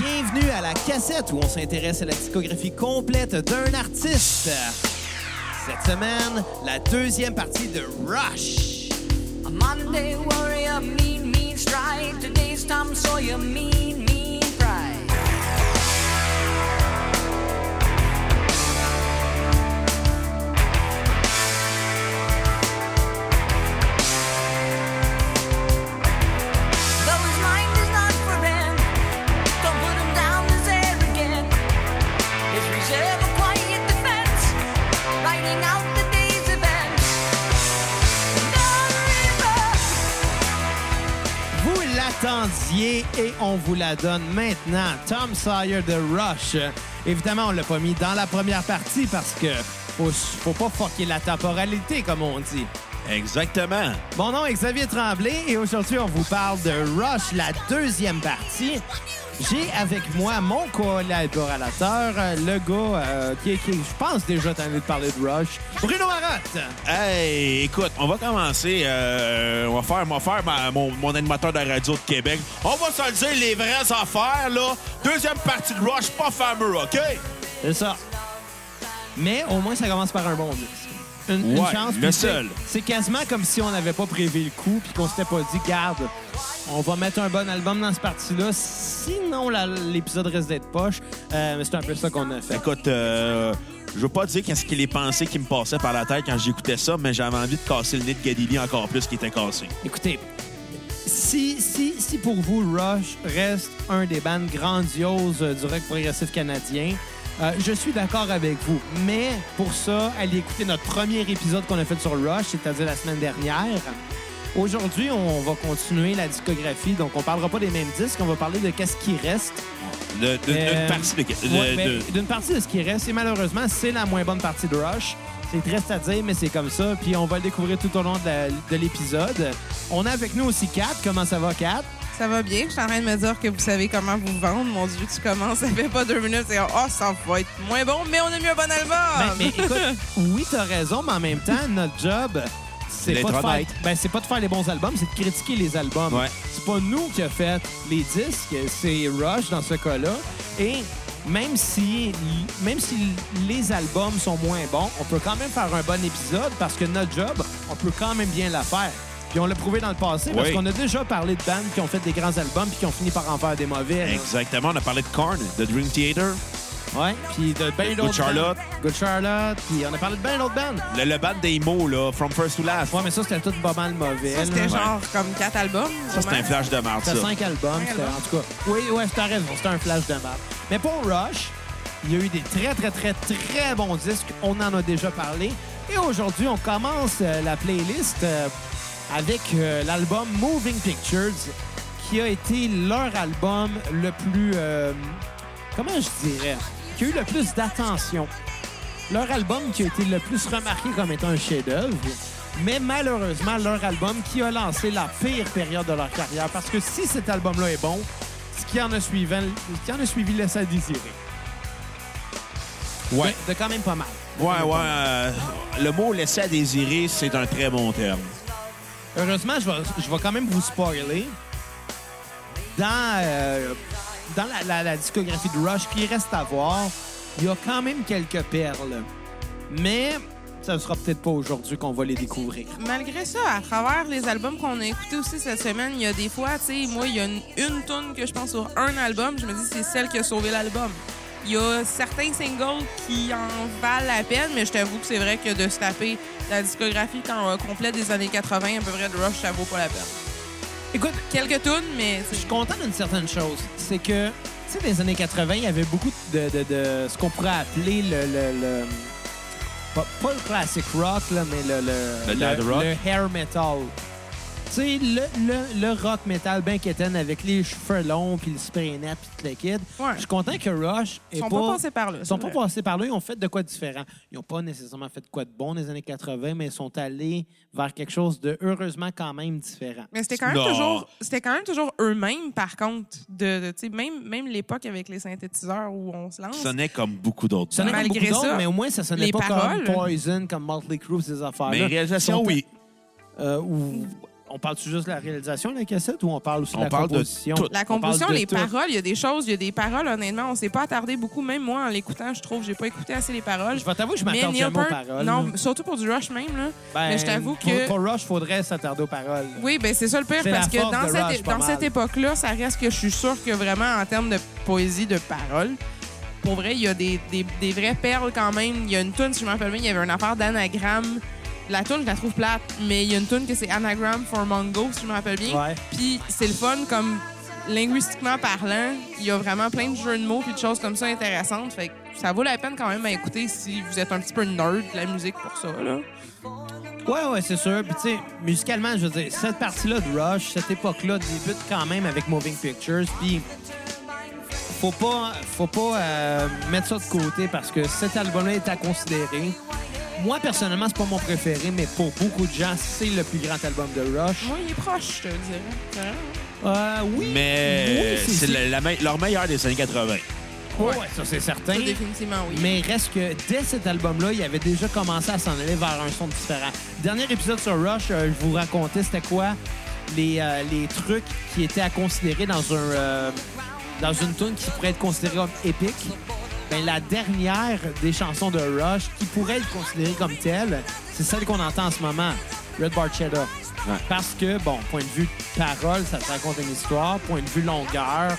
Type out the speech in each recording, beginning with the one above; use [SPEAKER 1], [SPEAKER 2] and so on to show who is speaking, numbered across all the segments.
[SPEAKER 1] Bienvenue à la cassette où on s'intéresse à la discographie complète d'un artiste. Cette semaine, la deuxième partie de Rush.
[SPEAKER 2] A Monday warrior, mean, mean strike. Today's Tom Sawyer, mean, mean pride. Though his mind is not for rent, don't put him down as arrogant. His reserve a quiet defense, writing out the day's events. The river
[SPEAKER 1] Vous l'attendiez et on vous la donne maintenant. Tom Sawyer de Rush. Évidemment, on l'a pas mis dans la première partie parce que faut, faut pas fucker la temporalité, comme on dit.
[SPEAKER 3] Exactement.
[SPEAKER 1] Mon nom est Xavier Tremblay et aujourd'hui, on vous parle de Rush, la deuxième partie. J'ai avec moi mon collaborateur, euh, le gars euh, qui, qui, je pense, déjà tanné de parler de Rush, Bruno Marotte.
[SPEAKER 3] Hey, écoute, on va commencer. euh, on va faire, on va faire ma- mon, mon animateur de la radio de Québec. On va se le dire les vraies affaires, là. Deuxième partie de Rush, pas fameux, OK?
[SPEAKER 1] C'est ça. Mais au moins, ça commence par un bon disque. Une, une
[SPEAKER 3] Ouais,
[SPEAKER 1] chance.
[SPEAKER 3] le
[SPEAKER 1] puis c'est-
[SPEAKER 3] seul.
[SPEAKER 1] C'est quasiment comme si on n'avait pas prévu le coup puis qu'on s'était pas dit, garde, on va mettre un bon album dans ce parti-là, sinon la- l'épisode reste d'être poche. Euh, mais c'est un peu ça qu'on a fait.
[SPEAKER 3] Écoute, euh, je veux pas dire qu'est-ce que les pensées qui me passaient par la tête quand j'écoutais ça, mais j'avais envie de casser le nez de Gadili encore plus qui était cassé.
[SPEAKER 1] Écoutez, si, si, si pour vous Rush reste un des bands grandioses euh, du rock progressif canadien, euh, je suis d'accord avec vous. Mais pour ça, allez écouter notre premier épisode qu'on a fait sur Rush, c'est-à-dire la semaine dernière. Aujourd'hui, on va continuer la discographie, donc on parlera pas des mêmes disques, on va parler de qu'est-ce qui reste.
[SPEAKER 3] De- de- D'une
[SPEAKER 1] Euh,
[SPEAKER 3] partie de. de-
[SPEAKER 1] ouais, ben,
[SPEAKER 3] de-
[SPEAKER 1] D'une partie de ce qui reste, et malheureusement, c'est la moins bonne partie de Rush. C'est triste à dire, mais c'est comme ça. Puis on va le découvrir tout au long de la- de l'épisode. On a avec nous aussi Kat. Comment ça va, Kat?
[SPEAKER 4] Ça va bien? Je suis en train de me dire que vous savez comment vous vendre. Mon Dieu, tu commences, ça fait pas deux minutes. C'est oh, ça va être moins bon, mais on a mis un bon
[SPEAKER 1] Ben,
[SPEAKER 4] album.
[SPEAKER 1] mais écoute, oui, t'as raison, mais en même temps, notre job, c'est
[SPEAKER 3] D'être
[SPEAKER 1] pas, de faire,
[SPEAKER 3] honnête.
[SPEAKER 1] ben, c'est pas de faire les bons albums, c'est de critiquer les albums.
[SPEAKER 3] Ouais.
[SPEAKER 1] C'est pas nous qui a fait les disques, c'est Rush dans ce cas-là. Et même si, même si les albums sont moins bons, on peut quand même faire un bon épisode parce que notre job, on peut quand même bien la faire. Puis on l'a prouvé dans le passé parce
[SPEAKER 3] Oui.
[SPEAKER 1] qu'on a déjà parlé de bandes qui ont fait des grands albums puis qui ont fini par en faire des mauvais. là.
[SPEAKER 3] Exactement, on a parlé de Korn, de Dream Theater.
[SPEAKER 1] Ouais. Puis de bien
[SPEAKER 3] Good
[SPEAKER 1] d'autres
[SPEAKER 3] Charlotte.
[SPEAKER 1] bandes. Good Charlotte. Puis on a parlé de bien d'autres bandes.
[SPEAKER 3] Le, le band des mots, là, From First to Last.
[SPEAKER 1] Ouais, mais ça, c'était tout pas mal mauvais.
[SPEAKER 4] Ça,
[SPEAKER 1] là.
[SPEAKER 4] c'était genre comme quatre albums.
[SPEAKER 3] Ça, c'est un flash de merde, ça.
[SPEAKER 1] C'était cinq albums,
[SPEAKER 4] Cinq
[SPEAKER 1] c'était-
[SPEAKER 4] albums.
[SPEAKER 1] en tout cas. Oui, ouais, t'as raison, c'était un flash de map. Mais pour Rush, il y a eu des très, très, très, très bons disques. On en a déjà parlé. Et aujourd'hui, on commence euh, la playlist euh, avec euh, l'album Moving Pictures, qui a été leur album le plus. euh, comment je dirais Qui a eu le plus d'attention. Leur album qui a été le plus remarqué comme étant un chef-d'œuvre, mais malheureusement, leur album qui a lancé la pire période de leur carrière. Parce que si cet album-là est bon, ce qui en a suivi, ce qui en a suivi laisse à désirer.
[SPEAKER 3] Ouais.
[SPEAKER 1] De, de quand même pas mal.
[SPEAKER 3] Ouais, ouais. euh, le mot laisser à désirer, c'est un très bon terme.
[SPEAKER 1] Heureusement, je vais, je vais quand même vous spoiler. Dans, euh, dans la, la- la discographie de Rush, qui reste à voir, il y a quand même quelques perles. Mais ça ne sera peut-être pas aujourd'hui qu'on va les découvrir.
[SPEAKER 4] Malgré ça, à travers les albums qu'on a écoutés aussi cette semaine, il y a des fois, tu sais, moi, il y a une, une tune que je pense sur un album, je me dis c'est celle qui a sauvé l'album. Il y a certains singles qui en valent la peine, mais je t'avoue que c'est vrai que de se taper la discographie quand on complète des années 80, à peu près de Rush, ça vaut pas la peine.
[SPEAKER 1] Écoute,
[SPEAKER 4] Quelques tunes, mais
[SPEAKER 1] Je
[SPEAKER 4] c'est
[SPEAKER 1] suis content d'une certaine chose. C'est que, tu sais, dans les années 80, il y avait beaucoup de, de- de ce qu'on pourrait appeler le. le- le- pas, pas le classic rock, là, mais le.
[SPEAKER 3] Le dad rock.
[SPEAKER 1] le hair metal. Tu sais, le, le- le rock metal bien quétaine avec les cheveux longs, puis le spray net, puis tout le kid.
[SPEAKER 4] Ouais.
[SPEAKER 1] Je suis content que Rush ait
[SPEAKER 4] Ils sont
[SPEAKER 1] pas-
[SPEAKER 4] pas passés par
[SPEAKER 1] ils
[SPEAKER 4] là. c'est
[SPEAKER 1] sont pas
[SPEAKER 4] vrai.
[SPEAKER 1] passés par là, ils ont fait de quoi de différent. Ils n'ont pas nécessairement fait de quoi de bon dans les années 80, mais ils sont allés vers quelque chose de heureusement quand même différent.
[SPEAKER 4] Mais c'était quand même
[SPEAKER 3] Non.
[SPEAKER 4] toujours, c'était quand même toujours eux-mêmes, par contre, de, de- tu sais, même, même l'époque avec les synthétiseurs où on se lance.
[SPEAKER 3] Ça n'est comme beaucoup d'autres.
[SPEAKER 1] Ça sonnait
[SPEAKER 3] bandes.
[SPEAKER 1] comme
[SPEAKER 4] Malgré
[SPEAKER 1] beaucoup d'autres,
[SPEAKER 4] ça,
[SPEAKER 1] mais au moins, ça sonnait
[SPEAKER 4] les
[SPEAKER 1] pas
[SPEAKER 4] paroles-
[SPEAKER 1] comme Poison, comme Motley Crue, ces affaires-là.
[SPEAKER 3] Mais réalisation,
[SPEAKER 1] Sont-
[SPEAKER 3] oui.
[SPEAKER 1] euh, ou- on parle-tu juste de la réalisation de la cassette ou on parle aussi
[SPEAKER 3] On
[SPEAKER 1] de la
[SPEAKER 3] parle de
[SPEAKER 1] composition?
[SPEAKER 3] tout.
[SPEAKER 4] La
[SPEAKER 1] On parle
[SPEAKER 4] composition,
[SPEAKER 1] de
[SPEAKER 4] les
[SPEAKER 1] tout.
[SPEAKER 4] paroles, il y a des choses, il y a des paroles, honnêtement, on s'est pas attardé beaucoup. Même moi, en l'écoutant, je trouve, j'ai pas écouté assez les paroles.
[SPEAKER 1] Je vais t'avouer que je
[SPEAKER 4] Mais
[SPEAKER 1] m'attarde
[SPEAKER 4] Neil
[SPEAKER 1] jamais aux
[SPEAKER 4] Peart-
[SPEAKER 1] paroles.
[SPEAKER 4] Non, surtout pour du Rush même, là.
[SPEAKER 1] Ben,
[SPEAKER 4] mais je t'avoue
[SPEAKER 1] pour-
[SPEAKER 4] que-
[SPEAKER 1] Pour Rush, faudrait s'attarder aux paroles.
[SPEAKER 4] Oui, ben c'est ça le pire,
[SPEAKER 1] C'est
[SPEAKER 4] parce
[SPEAKER 1] la
[SPEAKER 4] que
[SPEAKER 1] force
[SPEAKER 4] dans
[SPEAKER 1] de
[SPEAKER 4] cette,
[SPEAKER 1] Rush, pas
[SPEAKER 4] dans
[SPEAKER 1] mal.
[SPEAKER 4] cette époque-là, ça reste que je suis sûre que vraiment, en termes de poésie, de paroles, pour vrai, il y a des, des, des vraies perles quand même. Il y a une toune, si je me rappelle bien, il y avait une affaire d'anagramme. La toune, je la trouve plate, mais il y a une toune que c'est Anagram for Mongo, si je me rappelle bien.
[SPEAKER 1] Ouais.
[SPEAKER 4] Puis c'est le fun, comme linguistiquement parlant, il y a vraiment plein de jeux de mots puis de choses comme ça intéressantes. Fait que ça vaut la peine quand même à écouter si vous êtes un petit peu nerd de la musique pour ça, là.
[SPEAKER 1] Ouais, ouais, c'est sûr. Puis, tu sais, musicalement, je veux dire, cette partie-là de Rush, cette époque-là débute quand même avec Moving Pictures. Puis, faut pas, faut pas euh, mettre ça de côté parce que cet album-là est à considérer. Moi, personnellement, c'est pas mon préféré, mais pour beaucoup de gens, c'est le plus grand album de Rush.
[SPEAKER 4] Moi, il est proche, je te le dirais. Vraiment.
[SPEAKER 1] Euh, oui.
[SPEAKER 3] Mais
[SPEAKER 1] Oui,
[SPEAKER 3] c'est le- la me- leur meilleur des années 80.
[SPEAKER 1] Ouais, ouais, ça, c'est certain.
[SPEAKER 4] Ça, définitivement, Ah oui.
[SPEAKER 1] Ben, Mais reste que dès cet album-là, il avait déjà commencé à s'en aller vers un son différent. Dernier épisode sur Rush, euh, je vous racontais c'était quoi les, euh, les trucs qui étaient à considérer dans un euh, dans une tune qui pourrait être considérée comme épique. Ben, la dernière des chansons de Rush qui pourrait être considérée comme telle, c'est celle qu'on entend en ce moment, Red Bar Cheddar.
[SPEAKER 3] Ouais.
[SPEAKER 1] Parce que, bon, point de vue parole, ça te raconte une histoire. Point de vue longueur,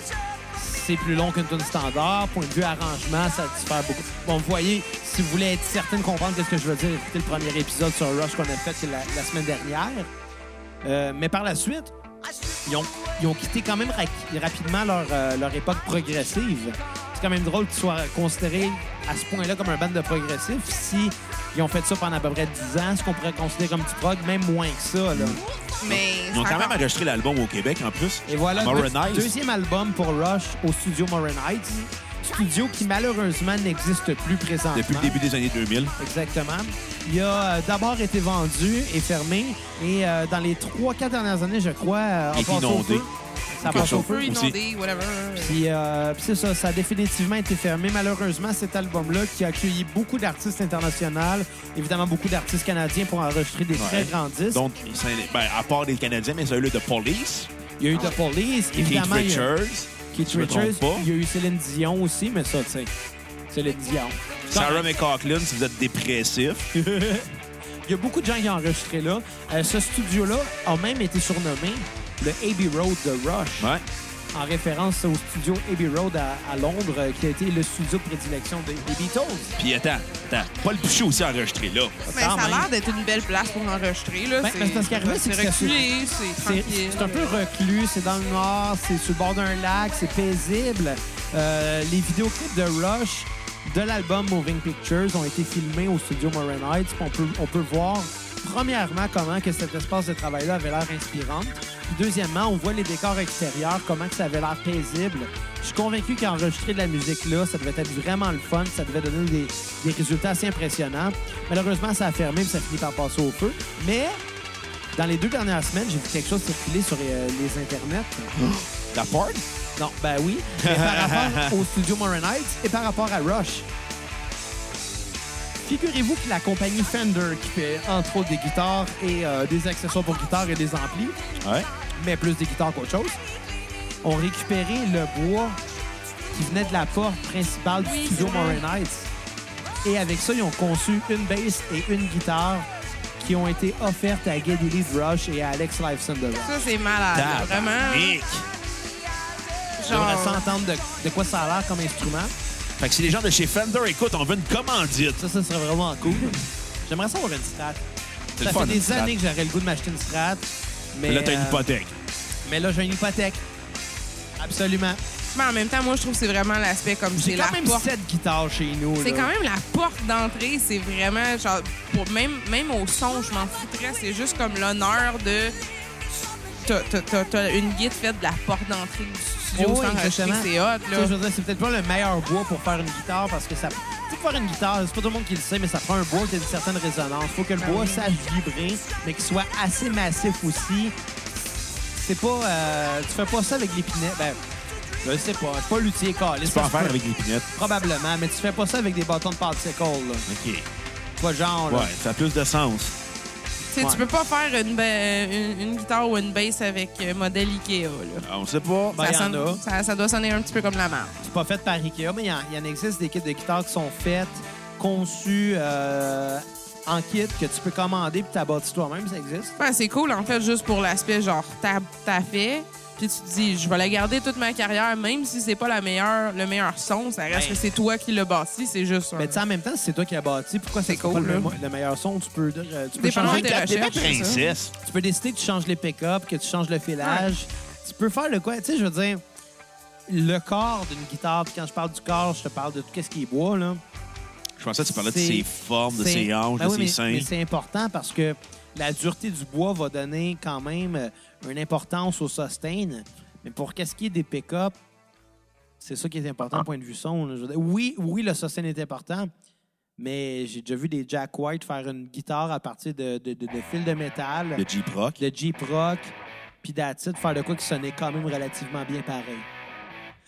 [SPEAKER 1] c'est plus long qu'une tune standard. Point de vue arrangement, ça diffère beaucoup. Bon, vous voyez, si vous voulez être certain de comprendre ce que je veux dire, écoutez le premier épisode sur Rush qu'on a fait la, la semaine dernière. Euh, mais par la suite, ils ont, ils ont quitté quand même ra- rapidement leur, euh, leur époque progressive. C'est quand même drôle qu'ils soient considérés à ce point-là comme un band de progressif si ils ont fait ça pendant à peu près 10 ans, ce qu'on pourrait considérer comme du prog, même moins que ça. là.
[SPEAKER 4] Mais
[SPEAKER 3] Ils ont
[SPEAKER 4] c'est
[SPEAKER 3] quand
[SPEAKER 4] encore-
[SPEAKER 3] même enregistré l'album au Québec, en plus.
[SPEAKER 1] Et voilà
[SPEAKER 3] À Morin
[SPEAKER 1] le
[SPEAKER 3] Heights.
[SPEAKER 1] deuxième album pour Rush au studio Morin Heights, studio qui malheureusement n'existe plus présentement.
[SPEAKER 3] Depuis le début des années 2000.
[SPEAKER 1] Exactement. Il a euh, d'abord été vendu et fermé. Et euh, dans les trois, quatre dernières années, je crois, euh,
[SPEAKER 3] Il
[SPEAKER 1] on
[SPEAKER 3] est
[SPEAKER 1] passe au
[SPEAKER 3] inondé.
[SPEAKER 1] feu. Ça
[SPEAKER 3] Quelque
[SPEAKER 1] passe au
[SPEAKER 3] chose.
[SPEAKER 1] feu.
[SPEAKER 4] Feu
[SPEAKER 3] aussi.
[SPEAKER 4] inondé, whatever.
[SPEAKER 1] Puis, euh, puis c'est ça, ça a définitivement été fermé. Malheureusement, cet album-là qui a accueilli beaucoup d'artistes internationaux, évidemment beaucoup d'artistes canadiens pour enregistrer des très
[SPEAKER 3] Ouais.
[SPEAKER 1] grands disques.
[SPEAKER 3] Donc, c'est- ben, à part des Canadiens, mais celui de Police,
[SPEAKER 1] il y a eu The Police,
[SPEAKER 3] Keith
[SPEAKER 1] évidemment. il y a-
[SPEAKER 3] Richards,
[SPEAKER 1] Keith
[SPEAKER 3] Je me trompe
[SPEAKER 1] Richards.
[SPEAKER 3] pas.
[SPEAKER 1] Il y a eu Céline Dion aussi, mais ça, tu sais, Céline Dion.
[SPEAKER 3] Sarah McLachlan, si vous êtes dépressif.
[SPEAKER 1] Il y a beaucoup de gens qui ont enregistré là. Euh, ce studio-là a même été surnommé le Abbey Road de Rush,
[SPEAKER 3] Ouais.
[SPEAKER 1] en référence au studio Abbey Road à, à Londres, euh, qui a été le studio de prédilection des, des Beatles.
[SPEAKER 3] Puis attends, attends. Paul Boucher aussi enregistré là.
[SPEAKER 4] Mais
[SPEAKER 1] quand
[SPEAKER 4] ça a
[SPEAKER 1] même.
[SPEAKER 4] l'air d'être une belle place pour enregistrer. Là.
[SPEAKER 1] Ben, mais c'est parce qu'arrivé, c'est
[SPEAKER 4] c'est
[SPEAKER 1] que ça
[SPEAKER 4] reculé, c'est
[SPEAKER 1] C'est-
[SPEAKER 4] tranquille.
[SPEAKER 1] C'est un peu reclus, c'est dans le noir, c'est sur le bord d'un lac, c'est paisible. Euh, les vidéoclips de Rush de l'album Moving Pictures ont été filmés au studio Morin Heights. puis On peut, on peut voir, premièrement, comment que cet espace de travail-là avait l'air inspirant. Puis deuxièmement, on voit les décors extérieurs, comment que ça avait l'air paisible. Je suis convaincu qu'enregistrer de la musique là, ça devait être vraiment le fun, ça devait donner des, des résultats assez impressionnants. Malheureusement, ça a fermé, puis ça finit par passer au feu. Mais dans les deux dernières semaines, j'ai vu quelque chose circuler sur euh, les internets.
[SPEAKER 3] La part?
[SPEAKER 1] Non, ben oui. Mais par rapport au studio Morin Heights et par rapport à Rush. Figurez-vous que la compagnie Fender, qui fait entre autres des guitares et euh, des accessoires pour guitare et des amplis,
[SPEAKER 3] Ouais.
[SPEAKER 1] mais plus des guitares qu'autre chose, ont récupéré le bois qui venait de la porte principale du
[SPEAKER 4] Oui,
[SPEAKER 1] studio
[SPEAKER 4] c'est vrai.
[SPEAKER 1] Morin Heights. Et avec ça, ils ont conçu une bass et une guitare qui ont été offertes à Geddy Lee de Rush et à Alex Lifeson de Rush.
[SPEAKER 4] Ça, c'est malade.
[SPEAKER 1] Ah,
[SPEAKER 4] là, Vraiment.
[SPEAKER 3] Tabarnak.
[SPEAKER 1] On a
[SPEAKER 4] Genre,
[SPEAKER 1] sans entendre de, de quoi ça a l'air comme instrument.
[SPEAKER 3] Fait que si les gens de chez Fender écoutent, on veut une commandite.
[SPEAKER 1] Ça, ça serait vraiment cool. J'aimerais ça avoir une strat.
[SPEAKER 3] C'est
[SPEAKER 1] Ça
[SPEAKER 3] le fun,
[SPEAKER 1] fait
[SPEAKER 3] une
[SPEAKER 1] des
[SPEAKER 3] strat.
[SPEAKER 1] années que j'aurais le goût de m'acheter une strat. Mais,
[SPEAKER 3] Là, t'as une
[SPEAKER 1] euh,
[SPEAKER 3] hypothèque.
[SPEAKER 1] mais là, j'ai une hypothèque. Absolument.
[SPEAKER 4] mais en même temps, moi, je trouve que c'est vraiment l'aspect comme
[SPEAKER 1] J'ai
[SPEAKER 4] c'est la
[SPEAKER 1] quand même
[SPEAKER 4] porte.
[SPEAKER 1] sept guitares chez nous.
[SPEAKER 4] C'est
[SPEAKER 1] là.
[SPEAKER 4] quand même la porte d'entrée, c'est vraiment genre pour même même au son, je m'en foutrais, c'est juste comme l'honneur de t'as- t'as- t'as t'as une guide faite de la porte d'entrée du studio,
[SPEAKER 1] Oh Oui,
[SPEAKER 4] sans enregistrer,
[SPEAKER 1] exactement.
[SPEAKER 4] c'est hot
[SPEAKER 1] Tu sais, je
[SPEAKER 4] là.
[SPEAKER 1] veux dire, c'est peut-être pas le meilleur bois pour faire une guitare parce que ça. Tu sais, pour faire une guitare, c'est pas tout le monde qui le sait, mais ça prend un bois qui a une certaine résonance. Faut que le
[SPEAKER 4] Ah
[SPEAKER 1] bois
[SPEAKER 4] oui.
[SPEAKER 1] sache vibrer, mais qu'il soit assez massif aussi. C'est pas. euh, tu fais pas ça avec l'épinette. Ben, je sais pas. C'est pas l'outil calé.
[SPEAKER 3] Tu peux en faire avec des pinettes.
[SPEAKER 1] Probablement, mais tu fais pas ça avec des bâtons de particle, là.
[SPEAKER 3] OK.
[SPEAKER 1] Pas genre, là.
[SPEAKER 3] Ouais, ça a plus de sens.
[SPEAKER 1] Tu
[SPEAKER 4] Tu sais,
[SPEAKER 1] Ouais.
[SPEAKER 4] Tu peux pas faire une, ba- une, une guitare ou une bass avec euh, modèle Ikea. Là.
[SPEAKER 3] Ah, On sait pas.
[SPEAKER 1] Ben,
[SPEAKER 4] ça,
[SPEAKER 1] y en
[SPEAKER 4] sonne-
[SPEAKER 1] a.
[SPEAKER 4] ça- ça doit sonner un petit peu comme la merde.
[SPEAKER 1] C'est pas fait par Ikea, mais il y en- il y en, existe des kits de guitare qui sont faites, conçus euh, en kit que tu peux commander puis t'abattre toi-même, ça existe.
[SPEAKER 4] Ouais, Ben, c'est cool, en fait, juste pour l'aspect, genre, t'as t'as fait, puis tu te dis, je vais la garder toute ma carrière, même si c'est pas la meilleure, le meilleur son, ça reste
[SPEAKER 1] Ouais.
[SPEAKER 4] que c'est toi qui l'as bâti, c'est juste un-
[SPEAKER 1] Ben. Mais tu sais, en même temps, si c'est toi qui as bâti, pourquoi c'est
[SPEAKER 4] cool,
[SPEAKER 1] pas le,
[SPEAKER 4] là.
[SPEAKER 1] mo- le meilleur son? Tu peux, euh, tu peux
[SPEAKER 4] Dépendant
[SPEAKER 1] changer
[SPEAKER 4] de
[SPEAKER 1] le
[SPEAKER 4] tes
[SPEAKER 1] cap-
[SPEAKER 3] T'es ma
[SPEAKER 4] recherches, c'est ça.
[SPEAKER 3] princesse.
[SPEAKER 1] Tu peux décider que tu changes les pick-up, que tu changes le filage. Tu peux faire le quoi? Tu sais, je veux dire, le corps d'une guitare, puis quand je parle du corps, je te parle de tout ce qui est bois, là.
[SPEAKER 3] Je pensais que tu parlais de
[SPEAKER 1] C'est-
[SPEAKER 3] ses formes, de
[SPEAKER 1] C'est-
[SPEAKER 3] ses hanches,
[SPEAKER 1] Ben
[SPEAKER 3] de
[SPEAKER 1] oui, mais-
[SPEAKER 3] ses seins.
[SPEAKER 1] Mais c'est important parce que la dureté du bois va donner quand même euh, une importance au sustain. Mais pour qu'est-ce qui est des pick-up, c'est ça qui est important point de vue son. là. Je veux dire, Oui, oui, le sustain est important, mais j'ai déjà vu des Jack White faire une guitare à partir de, de, de- de fils de métal,
[SPEAKER 3] Le Jeep Rock.
[SPEAKER 1] de Jeep Rock, puis d'Atit, faire de quoi qui sonnait quand même relativement bien pareil.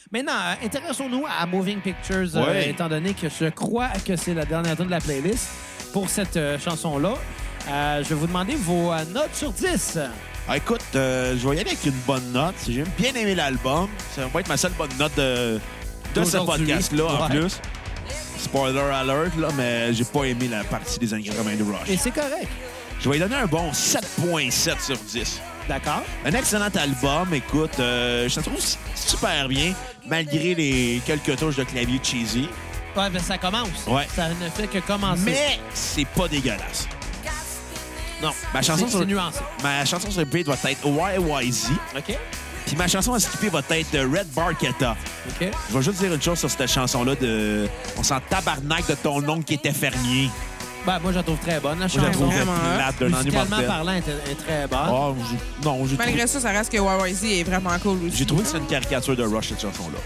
[SPEAKER 1] Maintenant, euh, intéressons-nous à Moving Pictures, euh,
[SPEAKER 3] Ouais.
[SPEAKER 1] étant donné que je crois que c'est la dernière tune de la playlist pour cette euh, chanson-là. Euh, je vais vous demander vos euh, notes sur 10.
[SPEAKER 3] Ah, écoute, euh, je vais y aller avec une bonne note. J'ai bien aimé l'album. Ça va être ma seule bonne note de, de ce
[SPEAKER 1] D'aujourd'hui.
[SPEAKER 3] podcast-là, en
[SPEAKER 1] Ouais.
[SPEAKER 3] plus. Spoiler alert, là, mais j'ai pas aimé la partie des années 80 de
[SPEAKER 1] Et
[SPEAKER 3] Rush.
[SPEAKER 1] c'est correct.
[SPEAKER 3] Je vais lui donner un bon 7.7 sur 10.
[SPEAKER 1] D'accord?
[SPEAKER 3] Un excellent album, écoute, euh, je le trouve super bien, malgré les quelques touches de clavier cheesy.
[SPEAKER 1] Ouais, ben, ça commence.
[SPEAKER 3] Ouais.
[SPEAKER 1] Ça ne fait que commencer.
[SPEAKER 3] Mais c'est pas dégueulasse.
[SPEAKER 1] non,
[SPEAKER 3] Ma chanson
[SPEAKER 1] C'est-
[SPEAKER 3] sur
[SPEAKER 1] c'est nuancé.
[SPEAKER 3] Ma chanson sur repeat va être YYZ.
[SPEAKER 1] OK?
[SPEAKER 3] Puis ma chanson à skipper va être euh, Red Barketta.
[SPEAKER 1] OK?
[SPEAKER 3] Je vais juste dire une chose sur cette chanson-là de On s'en tabarnak de ton oncle qui était fermier.
[SPEAKER 1] Ben, moi, je la trouve très bonne, la
[SPEAKER 3] Je la
[SPEAKER 1] chanson.
[SPEAKER 3] trouve
[SPEAKER 4] vraiment, hein?
[SPEAKER 3] plate d'un ennui
[SPEAKER 1] Musicalement
[SPEAKER 3] mortel.
[SPEAKER 1] parlant, elle est- elle est très bonne.
[SPEAKER 3] Ah, j'ai- non, j'ai trouvé,
[SPEAKER 4] Malgré ça, ça reste que YYZ est vraiment cool aussi.
[SPEAKER 3] j'ai trouvé que c'est une caricature de Rush, cette chanson-là.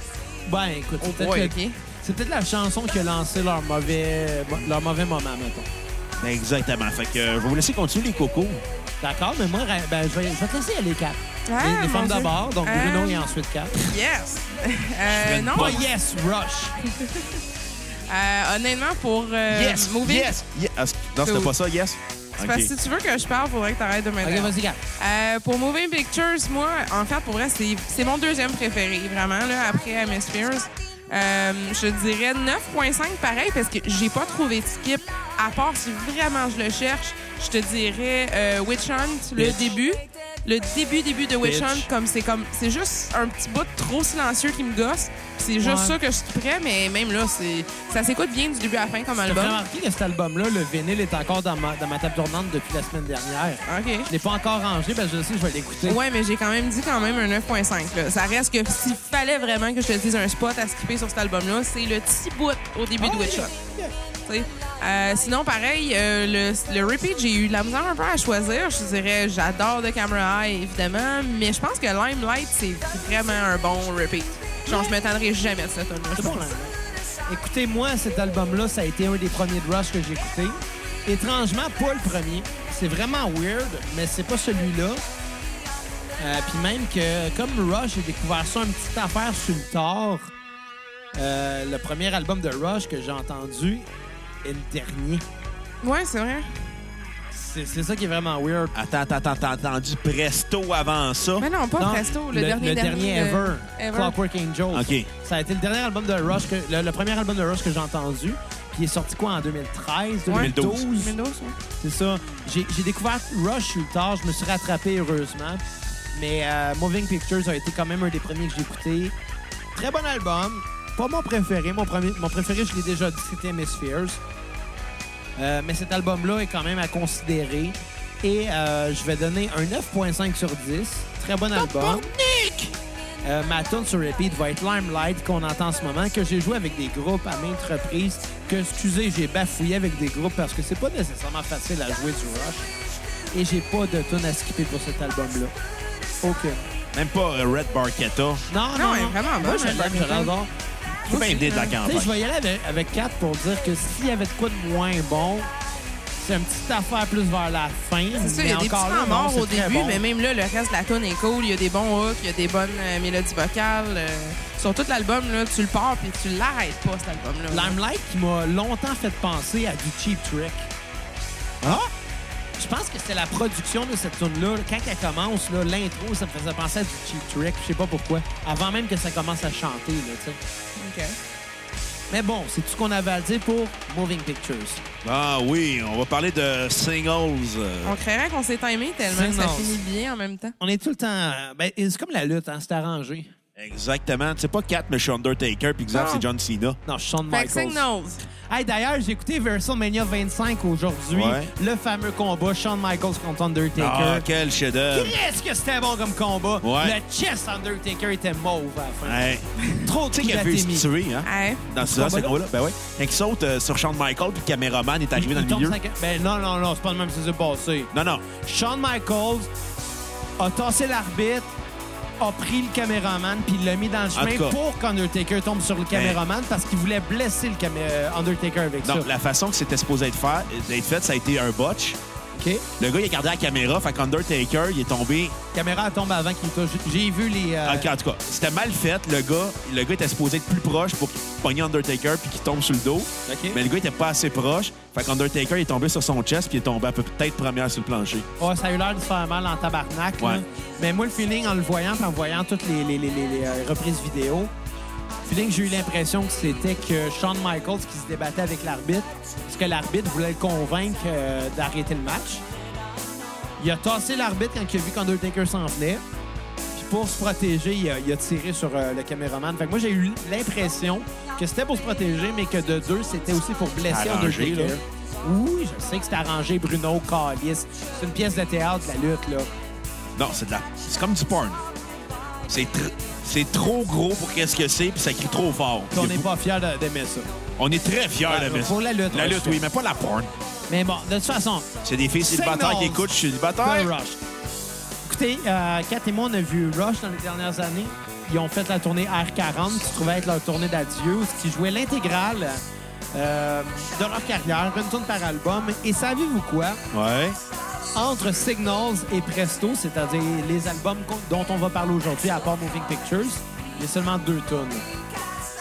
[SPEAKER 1] Ben, écoute, c'est peut-être
[SPEAKER 4] ouais,
[SPEAKER 1] le-
[SPEAKER 4] ok.
[SPEAKER 1] c'est peut-être la chanson qui a lancé leur mauvais, leur mauvais moment, mettons.
[SPEAKER 3] Ben, Exactement. Fait que euh, je vais vous laisser continuer les cocos.
[SPEAKER 1] D'accord, mais moi, ra- ben, je, vais, je vais te laisser aller quatre.
[SPEAKER 4] Ah,
[SPEAKER 1] les les
[SPEAKER 4] mon
[SPEAKER 1] femmes
[SPEAKER 4] Dieu.
[SPEAKER 1] d'abord, donc
[SPEAKER 4] Ah.
[SPEAKER 1] Bruno et ensuite quatre.
[SPEAKER 4] Yes! Euh, non,
[SPEAKER 1] Pas yes, Rush.
[SPEAKER 4] euh, honnêtement, pour euh,
[SPEAKER 3] yes!
[SPEAKER 4] Moving,
[SPEAKER 3] Yes! Yes! Ah, c'est- Non, c'était
[SPEAKER 4] Cool.
[SPEAKER 3] pas ça, yes?
[SPEAKER 4] c'est
[SPEAKER 3] Ok.
[SPEAKER 4] parce que si tu veux que je parle, faudrait que t'arrêtes de me
[SPEAKER 1] OK, vas-y, quatre.
[SPEAKER 4] Euh, pour Moving Pictures, moi, en fait, pour vrai, c'est c'est mon deuxième préféré, vraiment, là, après Hemispheres. Euh, je dirais 9.5 pareil parce que j'ai pas trouvé de skip. À part si vraiment je le cherche, je te dirais euh, Witch Hunt, le
[SPEAKER 1] Bitch.
[SPEAKER 4] début. Le début, début de Witch
[SPEAKER 1] Bitch.
[SPEAKER 4] Hunt, comme c'est comme c'est juste un petit bout trop silencieux qui me gosse. C'est juste
[SPEAKER 1] Ouais.
[SPEAKER 4] ça que je skipperais, mais même là, c'est ça s'écoute bien du début à la fin comme
[SPEAKER 1] J'ai
[SPEAKER 4] album.
[SPEAKER 1] remarqué que cet album-là, le vinyle est encore dans ma, dans ma table tournante depuis la semaine dernière.
[SPEAKER 4] OK.
[SPEAKER 1] Je l'ai pas encore rangé, parce que je sais que je vais l'écouter.
[SPEAKER 4] Ouais, mais j'ai quand même dit quand même un 9.5. là. Ça reste que s'il fallait vraiment que je te dise un spot à skipper sur cet album-là, c'est le petit bout au début
[SPEAKER 1] Ah
[SPEAKER 4] de Witch Hunt, tu sais. Euh, sinon, pareil, euh, le, le repeat, j'ai eu de la misère un peu à choisir. Je dirais, j'adore The Camera High, évidemment, mais je pense que Limelight, c'est vraiment un bon repeat. Genre, je me tannerai jamais de cet album-là.
[SPEAKER 1] C'est bon, hein? là. Écoutez, moi, cet album-là, ça a été un des premiers de Rush que j'ai écouté. Étrangement, pas le premier. C'est vraiment weird, mais c'est pas celui-là. Euh, Puis même que, comme Rush, j'ai découvert ça, une petite affaire sur le tard. Euh, le premier album de Rush que j'ai entendu est le dernier.
[SPEAKER 4] Ouais, c'est vrai.
[SPEAKER 1] C'est c'est ça qui est vraiment weird.
[SPEAKER 3] Attends, attends, attends, t'as entendu Presto avant ça?
[SPEAKER 4] Mais non, pas
[SPEAKER 1] Oh. Non,
[SPEAKER 4] Presto, le, dernier dernier,
[SPEAKER 1] ever,
[SPEAKER 4] euh, ever.
[SPEAKER 1] Clockwork Angel.
[SPEAKER 3] OK.
[SPEAKER 1] Ça a été le dernier album de Rush, que, le, le premier album de Rush que j'ai entendu. Puis il est sorti quoi en 2013,
[SPEAKER 4] Ouais.
[SPEAKER 1] 2012?
[SPEAKER 4] 2012, ouais.
[SPEAKER 1] C'est ça. J'ai j'ai découvert Rush sur le tard. Je me suis rattrapé, heureusement. Mais euh, Moving Pictures a été quand même un des premiers que j'ai écouté. Très bon album. Pas mon préféré. Mon, premier, mon préféré, je l'ai déjà dit, c'était Hemispheres. Euh, mais cet album-là est quand même à considérer. Et euh, je vais donner un 9.5 sur 10. Très bon album. Euh, ma tune sur repeat va être Limelight qu'on entend en ce moment, que j'ai joué avec des groupes à maintes reprises, que, excusez, j'ai bafouillé avec des groupes parce que c'est pas nécessairement facile à jouer du rush. Et j'ai pas de tune à skipper pour cet album-là. Aucune.
[SPEAKER 3] Même pas euh, Red Barketta.
[SPEAKER 1] Non, non,
[SPEAKER 4] Non, elle est vraiment
[SPEAKER 1] Moi,
[SPEAKER 4] bonne,
[SPEAKER 1] je
[SPEAKER 4] elle,
[SPEAKER 1] l'aime, je
[SPEAKER 4] Barketta.
[SPEAKER 1] l'adore.
[SPEAKER 3] Je peux bien aider de la
[SPEAKER 1] Tu
[SPEAKER 3] campagne.
[SPEAKER 1] sais, je vais y aller avec, avec 4 pour dire que s'il y avait de quoi de moins bon, c'est une petite affaire plus vers la fin.
[SPEAKER 4] C'est ça, il y a des petits temps morts au début, mais même là, le reste de la tonne est cool. Il y a des bons hooks, il y a des bonnes euh, mélodies vocales. euh, sur tout l'album, là, tu le pars puis tu l'arrêtes pas, cet album-là.
[SPEAKER 1] Limelight qui m'a longtemps fait penser à du Cheap Trick.
[SPEAKER 3] Ah?
[SPEAKER 1] Je pense que c'est la production de cette tune-là. Quand elle commence, là, l'intro, ça me faisait penser à du Cheap Trick. Je sais pas pourquoi. Avant même que ça commence à chanter. Là, tu sais.
[SPEAKER 4] OK.
[SPEAKER 1] Mais bon, c'est tout ce qu'on avait à dire pour Moving Pictures.
[SPEAKER 3] Ah oui, on va parler de singles. euh,
[SPEAKER 4] On créerait qu'on s'est timé tellement ça
[SPEAKER 1] Sinon.
[SPEAKER 4] finit bien en même temps.
[SPEAKER 1] On est tout le temps... euh, Ben, c'est comme la lutte, hein, c'est arrangé.
[SPEAKER 3] Exactement. C'est pas Cat, mais je suis Undertaker, puis Xav,
[SPEAKER 1] Non.
[SPEAKER 3] c'est John Cena.
[SPEAKER 1] Non, je suis Shawn
[SPEAKER 4] Fait que
[SPEAKER 1] Michaels.
[SPEAKER 4] Signals.
[SPEAKER 1] Hey, D'ailleurs, j'ai écouté WrestleMania 25 aujourd'hui.
[SPEAKER 3] Ouais.
[SPEAKER 1] Le fameux combat Shawn Michaels contre Undertaker.
[SPEAKER 3] Ah, quel chef-d'œuvre.
[SPEAKER 1] Qu'est-ce que c'était bon comme combat?
[SPEAKER 3] Ouais.
[SPEAKER 1] Le chest Undertaker était mauve à la fin.
[SPEAKER 3] Hey.
[SPEAKER 1] Trop de
[SPEAKER 3] Tu sais
[SPEAKER 1] coups
[SPEAKER 3] qu'il a fait se
[SPEAKER 1] d'atémie.
[SPEAKER 3] tuer, hein?
[SPEAKER 4] Hey.
[SPEAKER 3] Dans ce
[SPEAKER 1] combat-là?
[SPEAKER 3] combat-là? Ben oui. Quand il saute euh, sur Shawn Michael, puis le caméraman est arrivé dans
[SPEAKER 1] Il
[SPEAKER 3] le
[SPEAKER 1] tombe
[SPEAKER 3] milieu.
[SPEAKER 1] cinq- Ben non, non, non, c'est pas le même qui s'est passé.
[SPEAKER 3] Non, non.
[SPEAKER 1] Shawn Michaels a tassé l'arbitre, a pris le caméraman, puis il l'a mis dans le chemin
[SPEAKER 3] tout cas. Ben.
[SPEAKER 1] pour qu'Undertaker tombe sur le caméraman parce qu'il voulait blesser le camé- euh, Undertaker avec
[SPEAKER 3] Non,
[SPEAKER 1] ça.
[SPEAKER 3] la façon que c'était supposé être, faire- être fait, ça a été un botch.
[SPEAKER 1] OK?
[SPEAKER 3] Le gars, il a gardé la caméra, fait qu'Undertaker, il est tombé.
[SPEAKER 1] Caméra elle tombe avant qu'il touche. J'ai vu les. euh,
[SPEAKER 3] En tout cas, c'était mal fait. Le gars, le gars était supposé être plus proche pour pogner Undertaker puis qu'il tombe sur le dos.
[SPEAKER 1] OK.
[SPEAKER 3] Mais le gars était pas assez proche. Fait qu'Undertaker il est tombé sur son chest puis il est tombé à peu peut-être première sur le plancher.
[SPEAKER 1] Ouais, Oh, ça a eu l'air de se faire mal en tabarnak. là.
[SPEAKER 3] Ouais.
[SPEAKER 1] Mais moi, le feeling en le voyant, puis en voyant toutes les, les- les- les- les, euh, reprises vidéo, le feeling, j'ai eu l'impression que c'était que Shawn Michaels qui se débattait avec l'arbitre, parce que l'arbitre voulait le convaincre euh, d'arrêter le match. Il a tassé l'arbitre quand il a vu qu'Undertaker s'en venait. Puis pour se protéger, il a, il a tiré sur euh, le caméraman. Fait que moi, j'ai eu l'impression que c'était pour se protéger, mais que de deux, c'était aussi pour blesser
[SPEAKER 3] Arrangé,
[SPEAKER 1] Undertaker.
[SPEAKER 3] là.
[SPEAKER 1] Oui, je sais que c'est arrangé, Bruno Calis. C'est une pièce de théâtre, la lutte, là.
[SPEAKER 3] Non, c'est de la. C'est comme du porn. C'est tr- c'est trop gros pour qu'est-ce que c'est puis ça crie trop fort.
[SPEAKER 1] Puis on n'est pas fiers de- d'aimer ça.
[SPEAKER 3] On est très fiers
[SPEAKER 1] Ouais,
[SPEAKER 3] de la
[SPEAKER 1] pour la lutte,
[SPEAKER 3] La
[SPEAKER 1] ouais,
[SPEAKER 3] lutte,
[SPEAKER 1] c'est
[SPEAKER 3] oui,
[SPEAKER 1] ça.
[SPEAKER 3] mais pas la porn.
[SPEAKER 1] Mais bon, de toute façon,
[SPEAKER 3] C'est des filles célibataires qui
[SPEAKER 1] Signals.
[SPEAKER 3] écoutent, je suis
[SPEAKER 1] The
[SPEAKER 3] célibataire.
[SPEAKER 1] Rush. Écoutez, euh, Kat et moi, on a vu Rush dans les dernières années. Ils ont fait la tournée R40, qui se trouvait être leur tournée d'adieu, ce qui jouait l'intégrale euh, de leur carrière, une tourne par album. Et savez-vous quoi?
[SPEAKER 3] Ouais.
[SPEAKER 1] Entre Signals et Presto, c'est-à-dire les albums qu'on- dont on va parler aujourd'hui, à part Moving Pictures, il y a seulement deux tonnes.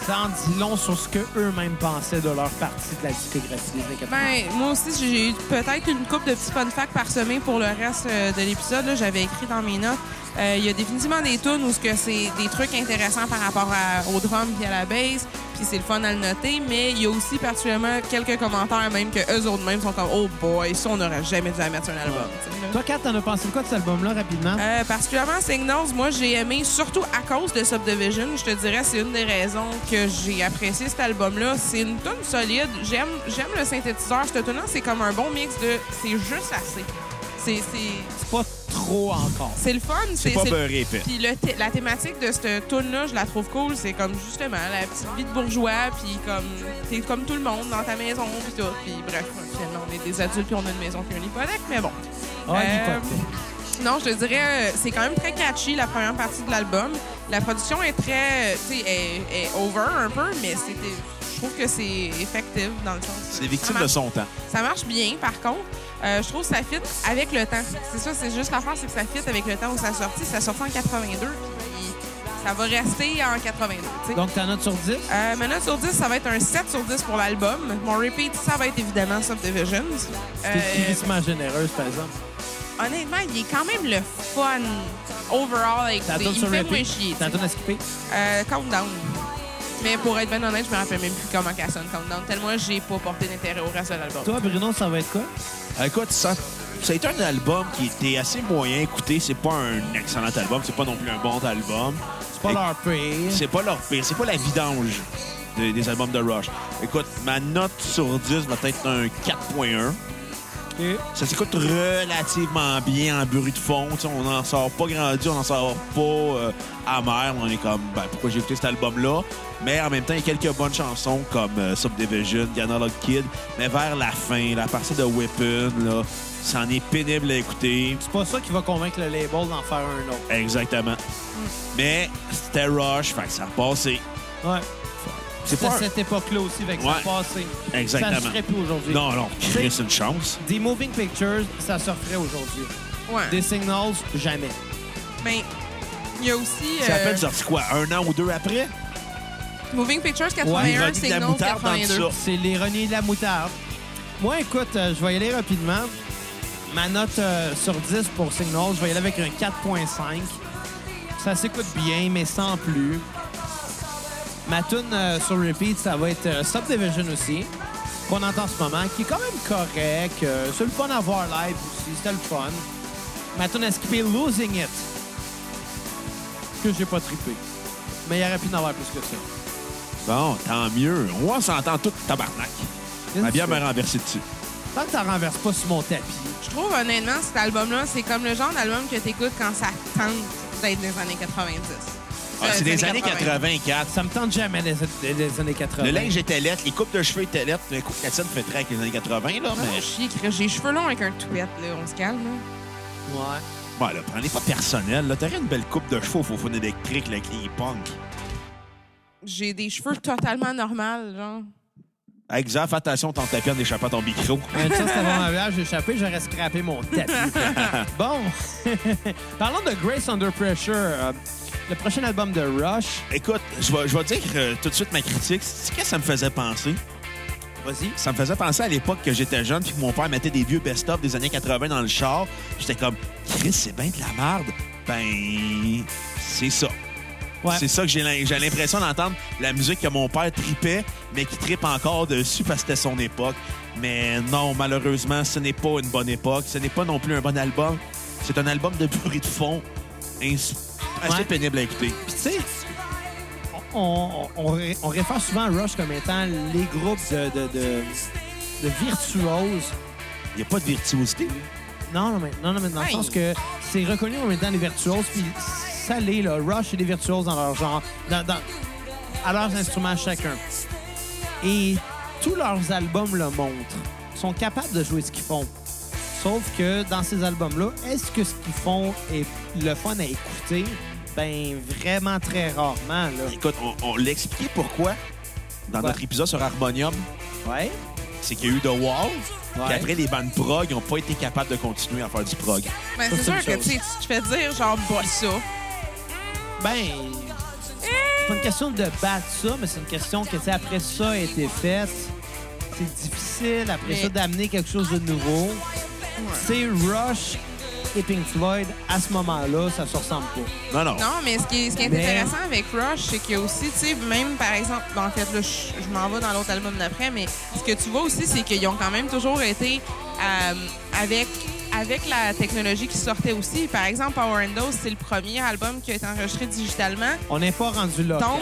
[SPEAKER 1] Ça en dit long sur ce qu'eux-mêmes pensaient de leur partie de la discographie des années 80.
[SPEAKER 4] Ben, moi aussi, j'ai eu peut-être une coupe de petits fun facts par semaine pour le reste euh, de l'épisode. là. J'avais écrit dans mes notes. Euh, Il y a définitivement des tunes où ce que c'est des trucs intéressants par rapport à- au drum puis à la bass, puis c'est le fun à le noter. Mais il y a aussi particulièrement quelques commentaires même que eux autres mêmes sont comme oh boy, ça on n'aurait jamais dû en mettre sur un album. tu sais, là.
[SPEAKER 1] Toi, Kat, t'en as pensé quoi de cet album-là, rapidement?
[SPEAKER 4] Euh, particulièrement Signals, moi j'ai aimé surtout à cause de Subdivision. Je te dirais c'est une des raisons que j'ai apprécié cet album-là. C'est une tune solide. J'aime j'aime le synthétiseur. Cette tune c'est comme un bon mix de c'est juste assez. C'est c'est-
[SPEAKER 1] C'est pas trop encore.
[SPEAKER 4] c'est le fun.
[SPEAKER 3] C'est pas beurré, fait.
[SPEAKER 4] Puis le thé- la thématique de cette tune là, je la trouve cool. C'est comme justement la petite vie de bourgeois, puis comme t'es comme tout le monde dans ta maison, puis tout. Puis bref, finalement on est des adultes, puis on a une maison qui a une hypothèque, mais bon.
[SPEAKER 1] Ah,
[SPEAKER 4] Euh,
[SPEAKER 1] l'hypothèque.
[SPEAKER 4] Non, je te dirais, euh, c'est quand même très catchy la première partie de l'album. La production est très, euh, tu sais, est, est over un peu, mais c'est des- je trouve que c'est effective dans le sens.
[SPEAKER 3] C'est victime
[SPEAKER 4] ça
[SPEAKER 3] de
[SPEAKER 4] marche,
[SPEAKER 3] son temps.
[SPEAKER 4] Ça marche bien, par contre. Euh, je trouve que ça fit avec le temps. C'est ça, c'est juste l'affaire, c'est que ça fit avec le temps où ça sortit. Ça sortit en 82, puis ça va rester en 82. tu sais.
[SPEAKER 1] Donc, ta note sur 10?
[SPEAKER 4] Euh, ma note sur 10, ça va être un 7 sur 10 pour l'album. Mon repeat, ça va être évidemment Subdivisions.
[SPEAKER 1] T'es
[SPEAKER 4] Euh,
[SPEAKER 1] crissement généreuse, par exemple.
[SPEAKER 4] Honnêtement, il est quand même le fun overall avec
[SPEAKER 1] T'as
[SPEAKER 4] des-
[SPEAKER 1] tourne
[SPEAKER 4] Il me
[SPEAKER 1] sur
[SPEAKER 4] fait moins
[SPEAKER 1] repeat?
[SPEAKER 4] chier.
[SPEAKER 1] T'as tourne à skipper?
[SPEAKER 4] Euh, countdown. Mais pour être ben honnête, je me rappelle même plus comment qu'elle sonne Countdown, tellement j'ai pas porté d'intérêt au reste de l'album.
[SPEAKER 1] Toi, Bruno, ça va être quoi?
[SPEAKER 3] Écoute, ça, ça a été un album qui était assez moyen. Écoutez, c'est pas un excellent album, c'est pas non plus un bon album.
[SPEAKER 1] C'est pas leur pire.
[SPEAKER 3] C'est pas leur pire, c'est pas la vidange des, des albums de Rush. Écoute, ma note sur 10 va être un 4.1.
[SPEAKER 1] Ok.
[SPEAKER 3] Ça s'écoute relativement bien en bruit de fond. Tu sais, on n'en sort pas grandi, on n'en sort pas euh, amer. On est comme, ben, pourquoi j'ai écouté cet album-là? Mais en même temps, il y a quelques bonnes chansons comme euh, Subdivision, Ganologue Kid. Mais vers la fin, la partie de Weapon, là, c'en est pénible à écouter.
[SPEAKER 1] C'est pas ça qui va convaincre le label d'en faire un autre.
[SPEAKER 3] Exactement.
[SPEAKER 1] Mm.
[SPEAKER 3] Mais c'était Rush, fait que ça a passé.
[SPEAKER 1] Ouais.
[SPEAKER 3] C'est
[SPEAKER 1] C'était
[SPEAKER 3] pas...
[SPEAKER 1] à cette époque-là aussi, avec
[SPEAKER 3] Ouais.
[SPEAKER 1] ça passé.
[SPEAKER 3] Exactement.
[SPEAKER 1] Ça se ferait plus aujourd'hui.
[SPEAKER 3] Non, non,
[SPEAKER 1] C'est-
[SPEAKER 3] c'est une chance.
[SPEAKER 1] Des Moving Pictures, ça se ferait aujourd'hui.
[SPEAKER 4] Ouais.
[SPEAKER 1] Des Signals, jamais.
[SPEAKER 4] Mais il y a aussi.
[SPEAKER 3] Ça
[SPEAKER 4] euh,
[SPEAKER 3] appelle sorti quoi, un an ou deux après?
[SPEAKER 4] Moving Pictures
[SPEAKER 1] Ouais,
[SPEAKER 4] 81,
[SPEAKER 3] Ironie de la
[SPEAKER 4] Signal
[SPEAKER 3] moutarde dans tout
[SPEAKER 4] 82.
[SPEAKER 3] ça.
[SPEAKER 1] C'est l'ironie de la moutarde. Moi, écoute, euh, je vais y aller rapidement. Ma note euh, sur 10 pour Signal, je vais y aller avec un 4.5. Ça s'écoute bien, mais sans plus. Ma tune euh, sur repeat, ça va être euh, Subdivision aussi, qu'on entend en ce moment, qui est quand même correct. euh, c'est le fun à voir live aussi, c'était le fun. Ma tune à skipper, Losing It, que j'ai pas trippé. Mais il aurait pu en avoir plus que ça.
[SPEAKER 3] Bon, tant mieux. On s'entend tout tabarnak.
[SPEAKER 1] Qu'est-ce
[SPEAKER 3] Ma
[SPEAKER 1] que
[SPEAKER 3] bière
[SPEAKER 1] tu
[SPEAKER 3] m'a
[SPEAKER 1] fais?
[SPEAKER 3] renversé dessus.
[SPEAKER 1] Tant que t'en renverses pas sur mon tapis.
[SPEAKER 4] Je trouve honnêtement cet album-là, c'est comme le genre d'album que t'écoutes quand ça te tente d'être des années 90.
[SPEAKER 3] Ah,
[SPEAKER 4] Euh,
[SPEAKER 3] c'est des années 84.
[SPEAKER 1] Ça me tente jamais les, les- les années 80.
[SPEAKER 3] Le linge était lettre, les coupes de cheveux étaient lettres. Les coupes de fait très avec les années 80, là,
[SPEAKER 4] Ah,
[SPEAKER 3] mais...
[SPEAKER 4] chier, Chris, J'ai les cheveux longs avec un touette, là. On se calme, là.
[SPEAKER 1] Ouais.
[SPEAKER 3] Bon, là, prenez pas personnel, là. T'aurais une belle coupe de cheveux au faux fun électrique, là, avec les punks.
[SPEAKER 4] J'ai des cheveux totalement normaux, genre.
[SPEAKER 3] Exact, fais attention, tente la peine d'échapper à ton micro.
[SPEAKER 1] Un ça, c'était vraiment bien. J'ai échappé, j'aurais scrappé mon tapis. bon. Parlons de Grace Under Pressure, euh, le prochain album de Rush.
[SPEAKER 3] Écoute, je vais, je vais dire euh, tout de suite ma critique. C'est que ça me faisait penser.
[SPEAKER 1] Vas-y.
[SPEAKER 3] Ça me faisait penser à l'époque que j'étais jeune puis que mon père mettait des vieux best-of des années 80 dans le char. J'étais comme, Chris, c'est bien de la merde. Ben, c'est ça.
[SPEAKER 1] Ouais.
[SPEAKER 3] C'est ça que j'ai l'im- j'ai l'impression d'entendre la musique que mon père tripait, mais qui tripe encore dessus parce que c'était son époque. Mais non, malheureusement, ce n'est pas une bonne époque. Ce n'est pas non plus un bon album. C'est un album de bruit de fond ins- assez
[SPEAKER 1] Ouais.
[SPEAKER 3] pénible à écouter.
[SPEAKER 1] Puis, tu sais, on, on- on ré- on réfère souvent à Rush comme étant les groupes de, de, de, de virtuoses.
[SPEAKER 3] Il n'y a pas de virtuosité.
[SPEAKER 1] Non, non, mais, non, non, mais dans le
[SPEAKER 4] Hey.
[SPEAKER 1] sens que c'est reconnu comme étant les virtuoses, puis ça l'est, là. Rush et les virtuoses dans leur genre, dans- dans- à leurs instruments chacun. Et tous leurs albums le montrent. Ils sont capables de jouer ce qu'ils font. Sauf que dans ces albums-là, est-ce que ce qu'ils font est le fun à écouter? Ben, vraiment très rarement, là.
[SPEAKER 3] Écoute, on, on l'expliquait pourquoi dans
[SPEAKER 1] Ouais.
[SPEAKER 3] notre épisode sur Harmonium.
[SPEAKER 1] Ouais.
[SPEAKER 3] c'est qu'il y a eu The Wall.
[SPEAKER 1] Ouais.
[SPEAKER 3] Puis après, les bandes prog n'ont pas été capables de continuer à faire du prog.
[SPEAKER 1] Ça,
[SPEAKER 4] Ben, c'est
[SPEAKER 1] c'est une
[SPEAKER 4] sûr que,
[SPEAKER 1] chose.
[SPEAKER 4] tu sais, tu te fais dire, genre, bois ça.
[SPEAKER 1] Ben, c'est pas une question de battre ça, mais c'est une question que, tu sais, après ça a été fait, c'est difficile, après
[SPEAKER 4] Mais-
[SPEAKER 1] ça, d'amener quelque chose de nouveau. C'est Rush et Pink Floyd, à ce moment-là, ça se ressemble pas.
[SPEAKER 3] Non, non.
[SPEAKER 4] Non, mais ce qui est, ce qui est
[SPEAKER 1] Mais-
[SPEAKER 4] intéressant avec Rush, c'est qu'il y a aussi, tu sais, même par exemple, ben, en fait, là, je, je m'en vais dans l'autre album d'après, mais ce que tu vois aussi, c'est qu'ils ont quand même toujours été euh, avec avec la technologie qui sortait aussi. Par exemple, Power and Dose, c'est le premier album qui a été enregistré digitalement.
[SPEAKER 1] On n'est pas rendu là.
[SPEAKER 4] Donc,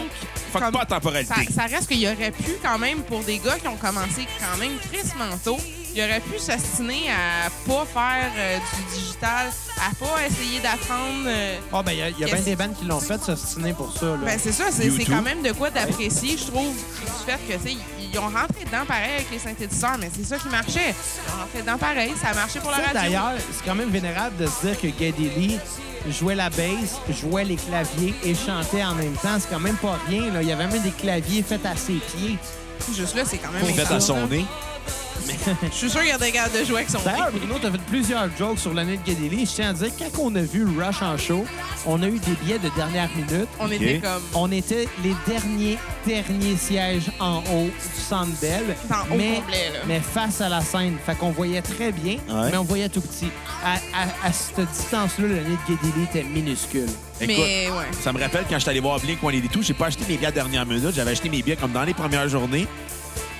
[SPEAKER 3] Fait que
[SPEAKER 4] comme-
[SPEAKER 3] pas à temporalité.
[SPEAKER 4] ça, ça reste qu'il y aurait pu quand même, pour des gars qui ont commencé quand même Chris Manteau, il aurait pu s'astiner à pas faire euh, du digital, à pas essayer d'apprendre... euh,
[SPEAKER 1] Ah, ben, il y a, il y a bien
[SPEAKER 4] Qu'est-ce-
[SPEAKER 1] des bandes qui l'ont fait, s'ostiner pour ça, là.
[SPEAKER 4] ben c'est ça, c'est c'est
[SPEAKER 3] YouTube.
[SPEAKER 4] quand même de quoi d'apprécier, je trouve, du fait que, tu sais, ils- ils ont rentré dedans pareil avec les synthétiseurs, mais c'est ça qui marchait. Ils ont rentré dedans pareil, ça a marché pour la
[SPEAKER 1] Ça,
[SPEAKER 4] radio.
[SPEAKER 1] D'ailleurs, c'est quand même vénérable de se dire que Geddy Lee jouait la basse, jouait les claviers et chantait en même temps. C'est quand même pas rien, là. Il y avait même des claviers faits à ses pieds.
[SPEAKER 4] juste là, c'est quand même
[SPEAKER 3] Pour mettre à
[SPEAKER 4] intense, là.
[SPEAKER 3] son nez.
[SPEAKER 4] Je suis sûr qu'il y a des gars de jouer avec son
[SPEAKER 1] D'ailleurs,
[SPEAKER 4] nez.
[SPEAKER 1] Bruno, t'as fait plusieurs jokes sur l'année de Gadeli. Je tiens à dire, quand on a vu Rush en show, on a eu des billets de dernière minute.
[SPEAKER 4] On était comme...
[SPEAKER 1] On était les derniers, derniers sièges en haut du Centre Bell.
[SPEAKER 4] En haut
[SPEAKER 1] mais,
[SPEAKER 4] complet, là.
[SPEAKER 1] mais face à la scène. Fait qu'on voyait très bien,
[SPEAKER 3] Ouais.
[SPEAKER 1] mais on voyait tout petit. À, à- à cette distance-là, l'année de Gadeli était minuscule.
[SPEAKER 3] Écoute,
[SPEAKER 4] Mais ouais.
[SPEAKER 3] ça me rappelle quand j'étais allé voir Blink, on est des tout, j'ai pas acheté mes billets à dernière minute. J'avais acheté mes billets comme dans les premières journées.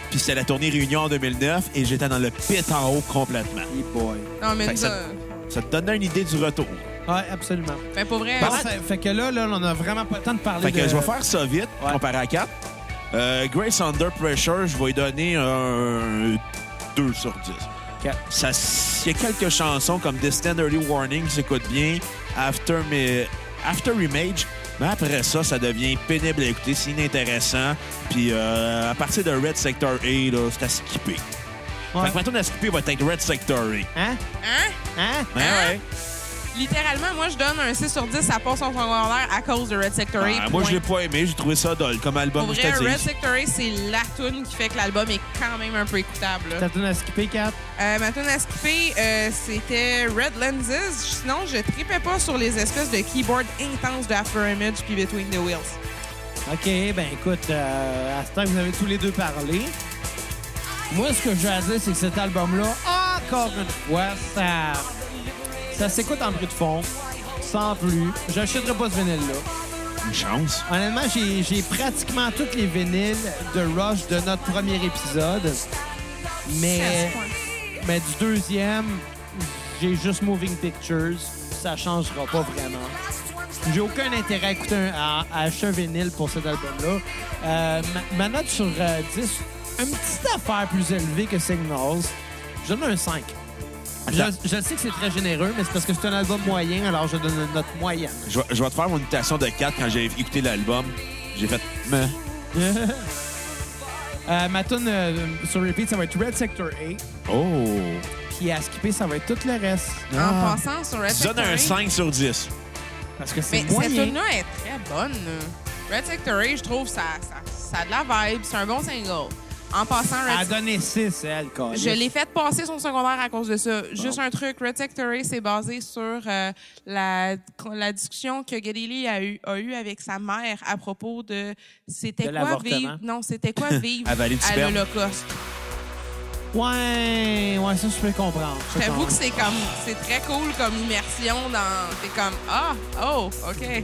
[SPEAKER 3] Puis c'était la tournée Réunion en 2009 et j'étais dans le pit en haut complètement.
[SPEAKER 1] Hey boy.
[SPEAKER 4] Non, mais
[SPEAKER 3] Fait que
[SPEAKER 4] ça...
[SPEAKER 3] ça- Ça te donnait une idée du retour.
[SPEAKER 1] Ouais, absolument.
[SPEAKER 4] Fait pour vrai...
[SPEAKER 1] Bon, fait, fait que là, là, on a vraiment pas le temps de parler
[SPEAKER 3] Fait que
[SPEAKER 1] de...
[SPEAKER 3] je vais faire ça vite,
[SPEAKER 1] Ouais.
[SPEAKER 3] comparé à 4. Euh, Grace Under Pressure, je vais lui donner un 2 sur 10.
[SPEAKER 1] Ok.
[SPEAKER 3] Ça s- Il y a quelques chansons comme Distant Early Warning qui s'écoute bien, After, mais, After Image, mais après ça, ça devient pénible à écouter, c'est inintéressant. Puis euh, à partir de Red Sector A, là, c'est à skipper.
[SPEAKER 1] Ouais.
[SPEAKER 3] Fait que maintenant, à skipper va être Red Sector A. Ouais,
[SPEAKER 1] Hein?
[SPEAKER 4] Hein?
[SPEAKER 1] Hein?
[SPEAKER 3] ouais.
[SPEAKER 4] Littéralement, moi, je donne un 6 sur 10 à part son secondaire à cause de Red Sector A.
[SPEAKER 3] Ah, moi, je l'ai
[SPEAKER 4] point.
[SPEAKER 3] pas aimé, j'ai trouvé ça dole comme album,
[SPEAKER 4] Pour
[SPEAKER 3] je
[SPEAKER 4] vrai,
[SPEAKER 3] te
[SPEAKER 4] Red
[SPEAKER 3] dis.
[SPEAKER 4] Sector A, c'est la tune qui fait que l'album est quand même un peu écoutable. là.
[SPEAKER 1] T'as donné à skipper, Kat?
[SPEAKER 4] Euh, ma tune à skipper, euh, c'était Red Lenses. Sinon, je tripais pas sur les espèces de keyboard intenses de After Image puis Between the Wheels.
[SPEAKER 1] OK, ben écoute, euh, à ce temps, vous avez tous les deux parlé. Moi, ce que j'ai à dire, c'est que cet album-là a encore une fois, ça, ça s'écoute en bruit de fond, sans plus. J'achèterai pas ce vinyle-là.
[SPEAKER 3] Une chance.
[SPEAKER 1] Honnêtement, j'ai j'ai pratiquement toutes les vinyles de Rush de notre premier épisode. Mais, mais du deuxième, j'ai juste Moving Pictures. Ça changera pas vraiment. J'ai aucun intérêt à, écouter un- à- à acheter un vinyle pour cet album-là. Euh, ma- ma, note sur euh, 10, une petite affaire plus élevée que Signals. Je donne un 5. Je,
[SPEAKER 3] Attends.
[SPEAKER 1] je sais que c'est très généreux, mais c'est parce que c'est un album moyen, alors je donne une note moyenne.
[SPEAKER 3] Je, vais- je vais te faire mon notation de 4 quand j'ai écouté l'album. J'ai fait. Mais...
[SPEAKER 1] Euh, ma tune euh, sur repeat, ça va être Red Sector A.
[SPEAKER 3] Oh.
[SPEAKER 1] Puis à skipper, ça va être tout le reste.
[SPEAKER 4] En passant sur Red
[SPEAKER 3] Tu donnes
[SPEAKER 4] Sector
[SPEAKER 3] un
[SPEAKER 4] A,
[SPEAKER 3] 5 sur 10.
[SPEAKER 1] Parce que c'est
[SPEAKER 4] Mais cette
[SPEAKER 1] moyen.
[SPEAKER 4] tune-là est très bonne. là. Red Sector A, je trouve, ça, ça, ça a de la vibe. C'est un bon single. En passant,
[SPEAKER 1] Elle a
[SPEAKER 4] Red
[SPEAKER 1] donné 6, elle, quand
[SPEAKER 4] Je l'ai fait passer son secondaire à cause de ça. Juste un truc, Red Sector A, c'est basé sur euh, la, la discussion que Galilée a eue a eu avec sa mère à propos de c'était
[SPEAKER 1] De
[SPEAKER 4] quoi
[SPEAKER 1] l'avortement.
[SPEAKER 4] vivre non c'était quoi vivre
[SPEAKER 3] Avaler du
[SPEAKER 4] à
[SPEAKER 3] sperme.
[SPEAKER 4] l'Holocauste.
[SPEAKER 1] Ouais, ouais, ça, je peux comprendre.
[SPEAKER 4] Je t'avoue que c'est comme c'est très cool comme immersion dans t'es comme ah oh ok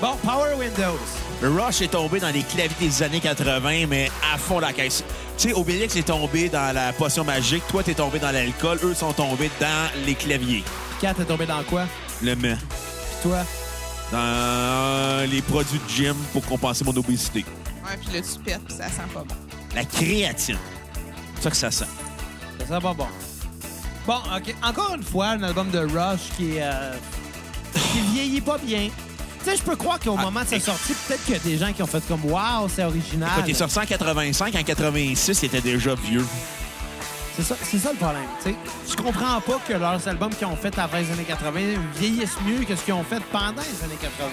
[SPEAKER 1] Bon, Power Windows.
[SPEAKER 3] Rush est tombé dans les claviers des années 80, mais à fond la caisse. Tu sais, Obélix est tombé dans la potion magique, toi, t'es tombé dans l'alcool, eux sont tombés dans les claviers.
[SPEAKER 1] Kat, t'es tombé dans quoi?
[SPEAKER 3] Le mets.
[SPEAKER 1] Puis toi?
[SPEAKER 3] Dans les produits de gym pour compenser mon obésité.
[SPEAKER 4] ouais puis là tu pètes puis ça sent pas bon.
[SPEAKER 3] La créatine. C'est ça que ça sent.
[SPEAKER 1] Ça sent pas bon. Bon, OK. Encore une fois, un album de Rush qui, est, euh, qui vieillit pas bien. Tu sais, je peux croire qu'au
[SPEAKER 3] Ah,
[SPEAKER 1] moment de sa
[SPEAKER 3] écoute.
[SPEAKER 1] sortie, peut-être qu'il y a des gens qui ont fait comme « Wow, c'est original
[SPEAKER 4] Ah,
[SPEAKER 3] Quand t'es sorti en 85, en 86, il était déjà vieux. ».
[SPEAKER 1] C'est ça, c'est ça le problème, tu sais. Je comprends pas que leurs albums qu'ils ont fait avant les années 80 vieillissent mieux que ce qu'ils ont fait pendant les années 80.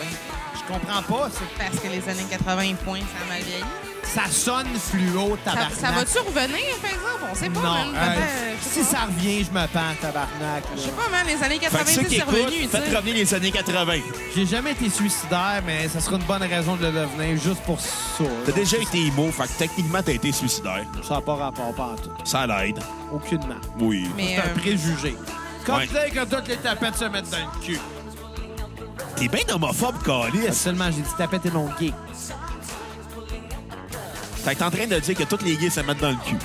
[SPEAKER 1] Je comprends pas. c'est-
[SPEAKER 4] Parce que les années 80 points ça a mal vieilli.
[SPEAKER 1] Ça sonne fluo,
[SPEAKER 4] Ça,
[SPEAKER 1] tabarnak.
[SPEAKER 4] ça va-tu revenir par exemple on sait pas.
[SPEAKER 1] Non.
[SPEAKER 4] hein,
[SPEAKER 1] euh,
[SPEAKER 4] peut-être, je sais
[SPEAKER 1] si
[SPEAKER 4] pas.
[SPEAKER 1] ça revient, je me pends, tabarnak. là.
[SPEAKER 4] Je sais pas, man, les années
[SPEAKER 3] Fait que
[SPEAKER 4] 90,
[SPEAKER 3] ceux qui
[SPEAKER 4] c'est
[SPEAKER 3] écoutent,
[SPEAKER 4] revenu, tu
[SPEAKER 3] faites
[SPEAKER 4] sais.
[SPEAKER 3] revenir les années 80.
[SPEAKER 1] J'ai jamais été suicidaire, mais ça sera une bonne raison de le devenir juste pour ça.
[SPEAKER 3] T'as déjà été immo, fait que techniquement, t'as été suicidaire.
[SPEAKER 1] Ça n'a pas rapport, pas en tout.
[SPEAKER 3] Ça l'aide.
[SPEAKER 1] Aucunement.
[SPEAKER 3] Oui.
[SPEAKER 4] Mais
[SPEAKER 1] C'est un
[SPEAKER 4] euh,
[SPEAKER 1] préjugé. Comme
[SPEAKER 3] Ouais.
[SPEAKER 1] là, quand toutes les tapettes se mettent dans le cul.
[SPEAKER 3] T'es bien homophobe, Calis.
[SPEAKER 1] Euh, Seulement, j'ai dit tapette et non gay.
[SPEAKER 3] Fait que t'es en train de dire que tous les gays se mettent dans le cul.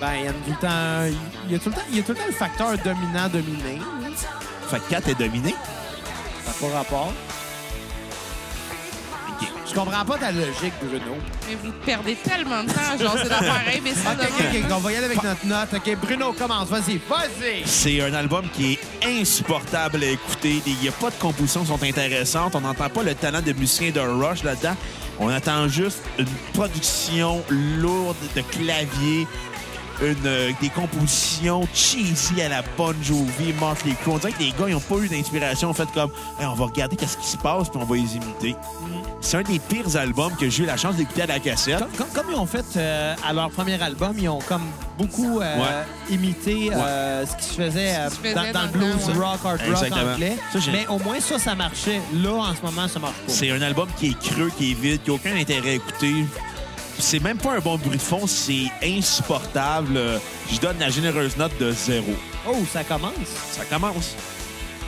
[SPEAKER 1] Ben, il y a tout le temps... Il y a tout le temps, il y a tout le, temps le facteur dominant-dominé.
[SPEAKER 3] Fait que 4 est dominé.
[SPEAKER 1] Ça n'a pas rapport.
[SPEAKER 3] OK.
[SPEAKER 1] Je comprends pas ta logique, Bruno.
[SPEAKER 4] mais vous perdez tellement de temps, genre, c'est d'affaires
[SPEAKER 1] Ah,
[SPEAKER 4] imbéciles
[SPEAKER 1] OK, OK,
[SPEAKER 4] de
[SPEAKER 1] OK.
[SPEAKER 4] même.
[SPEAKER 1] On va y aller avec notre note. OK, Bruno, commence. Vas-y, vas-y!
[SPEAKER 3] C'est un album qui est insupportable à écouter. Il n'y a pas de compositions qui sont intéressantes. On n'entend pas le talent de musicien de Rush là-dedans. On attend juste une production lourde de clavier, une, euh, des compositions cheesy à la Bon Jovi, Marche les coups. On dirait que les gars, ils n'ont pas eu d'inspiration. En fait, comme, Hey, on va regarder qu'est-ce qui se passe, puis on va les imiter. C'est un des pires albums que j'ai eu la chance d'écouter à la cassette.
[SPEAKER 1] Comme, comme- comme ils ont fait euh, à leur premier album, ils ont comme beaucoup euh,
[SPEAKER 3] Ouais.
[SPEAKER 1] imité euh, ce qui se faisait, euh,
[SPEAKER 4] qui se faisait
[SPEAKER 1] dans, dans le
[SPEAKER 4] dans le
[SPEAKER 1] blues
[SPEAKER 4] temps, ouais.
[SPEAKER 1] rock, hard rock
[SPEAKER 3] Exactement.
[SPEAKER 1] anglais.
[SPEAKER 3] Ça, j'ai-
[SPEAKER 1] Mais au moins ça, ça marchait. Là, en ce moment, ça marche pas.
[SPEAKER 3] C'est un album qui est creux, qui est vide, qui n'a aucun intérêt à écouter. C'est même pas un bon bruit de fond, c'est insupportable. Euh, Je donne la généreuse note de zéro.
[SPEAKER 1] Oh, ça commence.
[SPEAKER 3] Ça commence.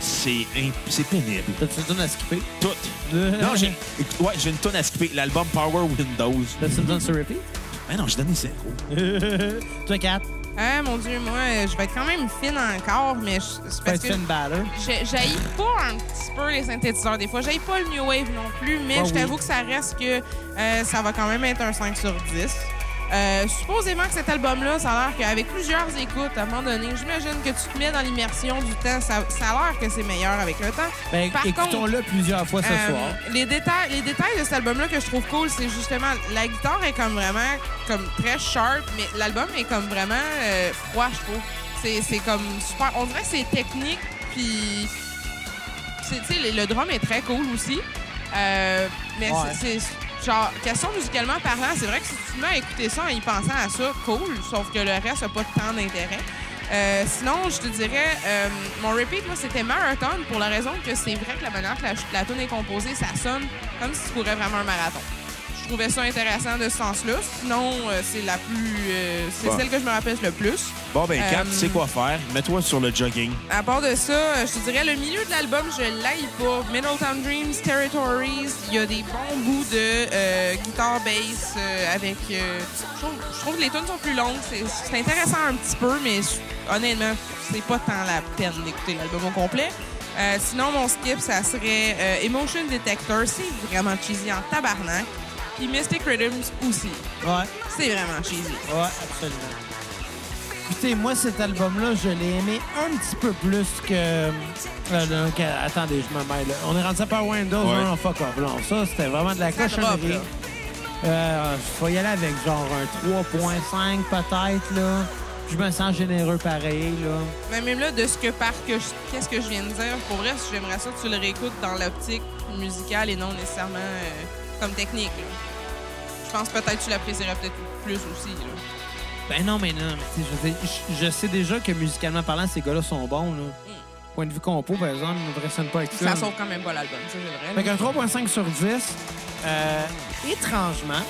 [SPEAKER 3] C'est imp- c'est pénible.
[SPEAKER 1] T'as-tu une donne à skipper?
[SPEAKER 3] Tout. Non, j'ai écoute, ouais, j'ai une tonne à skipper. L'album Power Windows.
[SPEAKER 1] T'as-tu une donne sur repeat?
[SPEAKER 3] Mais non, je donne zéro.
[SPEAKER 1] Toi, Kat, tu
[SPEAKER 4] Ah, mon Dieu, moi, euh, je vais être quand même fine encore, mais je- c'est
[SPEAKER 1] vas
[SPEAKER 4] parce
[SPEAKER 1] être
[SPEAKER 4] que
[SPEAKER 1] une baller.
[SPEAKER 4] j'ai- j'haïs pas un petit peu les synthétiseurs des fois. J'haïs pas le New Wave non plus, mais
[SPEAKER 1] Ah
[SPEAKER 4] je t'avoue
[SPEAKER 1] oui.
[SPEAKER 4] que ça reste que euh, ça va quand même être un 5 sur 10. Euh, supposément que cet album-là, ça a l'air qu'avec plusieurs écoutes, à un moment donné, j'imagine que tu te mets dans l'immersion du temps. Ça, ça a l'air que c'est meilleur avec le temps.
[SPEAKER 1] Ben,
[SPEAKER 4] Par contre-
[SPEAKER 1] écoutons-le plusieurs fois ce
[SPEAKER 4] Euh,
[SPEAKER 1] soir.
[SPEAKER 4] Les détails, les détails de cet album-là que je trouve cool, c'est justement la guitare est comme vraiment comme très sharp, mais l'album est comme vraiment euh, froid, je trouve. C'est, c'est comme super. On dirait que c'est technique, puis c'est- tu sais, le- le drum est très cool aussi. Euh, mais
[SPEAKER 1] Ouais.
[SPEAKER 4] c'est, c'est- genre question musicalement parlant, c'est vrai que si tu te mets à écouter ça en y pensant à ça, cool. Sauf que le reste n'a pas tant d'intérêt. Euh, sinon, je te dirais, euh, mon repeat, moi, c'était marathon pour la raison que c'est vrai que la manière que la, ch- la tune est composée, ça sonne comme si tu courais vraiment un marathon. Je trouvais ça intéressant de ce sens-là. Sinon, euh, c'est la plus. euh, c'est
[SPEAKER 3] Bon.
[SPEAKER 4] celle que je me rappelle le plus.
[SPEAKER 3] Bon, ben, Kat,
[SPEAKER 4] Euh,
[SPEAKER 3] tu sais quoi faire. Mets-toi sur le jogging.
[SPEAKER 4] À part de ça, euh, je te dirais le milieu de l'album, je l'aille pas. Middletown Dreams, Territories, il y a des bons bouts de euh, guitare bass euh, avec. euh, je, trouve, je trouve que les tunes sont plus longues. C'est c'est intéressant un petit peu, mais je- honnêtement, c'est pas tant la peine d'écouter l'album au complet. Euh, sinon, mon skip, ça serait euh, Emotion Detector. C'est vraiment cheesy en tabarnak. Puis Mystic Rhythms aussi.
[SPEAKER 1] Ouais,
[SPEAKER 4] C'est vraiment cheesy.
[SPEAKER 1] ouais, absolument. Écoutez, moi, cet album-là, je l'ai aimé un petit peu plus que... euh, non, que- attendez, je me mêle. On est rendu à par Windows,
[SPEAKER 3] Ouais.
[SPEAKER 1] non, non, fuck off. Non, ça, c'était vraiment de la
[SPEAKER 4] Ça drop,
[SPEAKER 1] cochonnerie.
[SPEAKER 4] là.
[SPEAKER 1] Euh, faut y aller avec genre un 3.5 peut-être, là. Je me sens généreux pareil, là.
[SPEAKER 4] Mais même là, de ce que par que je- qu'est-ce que je viens de dire, pour vrai, j'aimerais ça que tu le réécoutes dans l'optique musicale et non nécessairement euh, comme technique. là. Je pense peut-être que tu l'apprécierais peut-être plus aussi. là.
[SPEAKER 1] Ben non, mais non, mais tu sais, je, veux dire, je- je sais déjà que musicalement parlant, ces gars-là sont bons, là. Point de vue compo, par exemple, ne m'impressionne pas avec ça.
[SPEAKER 4] Mm. Ça sauve quand même pas l'album, ça, c'est vrai.
[SPEAKER 1] Fait qu'un
[SPEAKER 4] là.
[SPEAKER 1] 3.5 sur 10, euh, étrangement,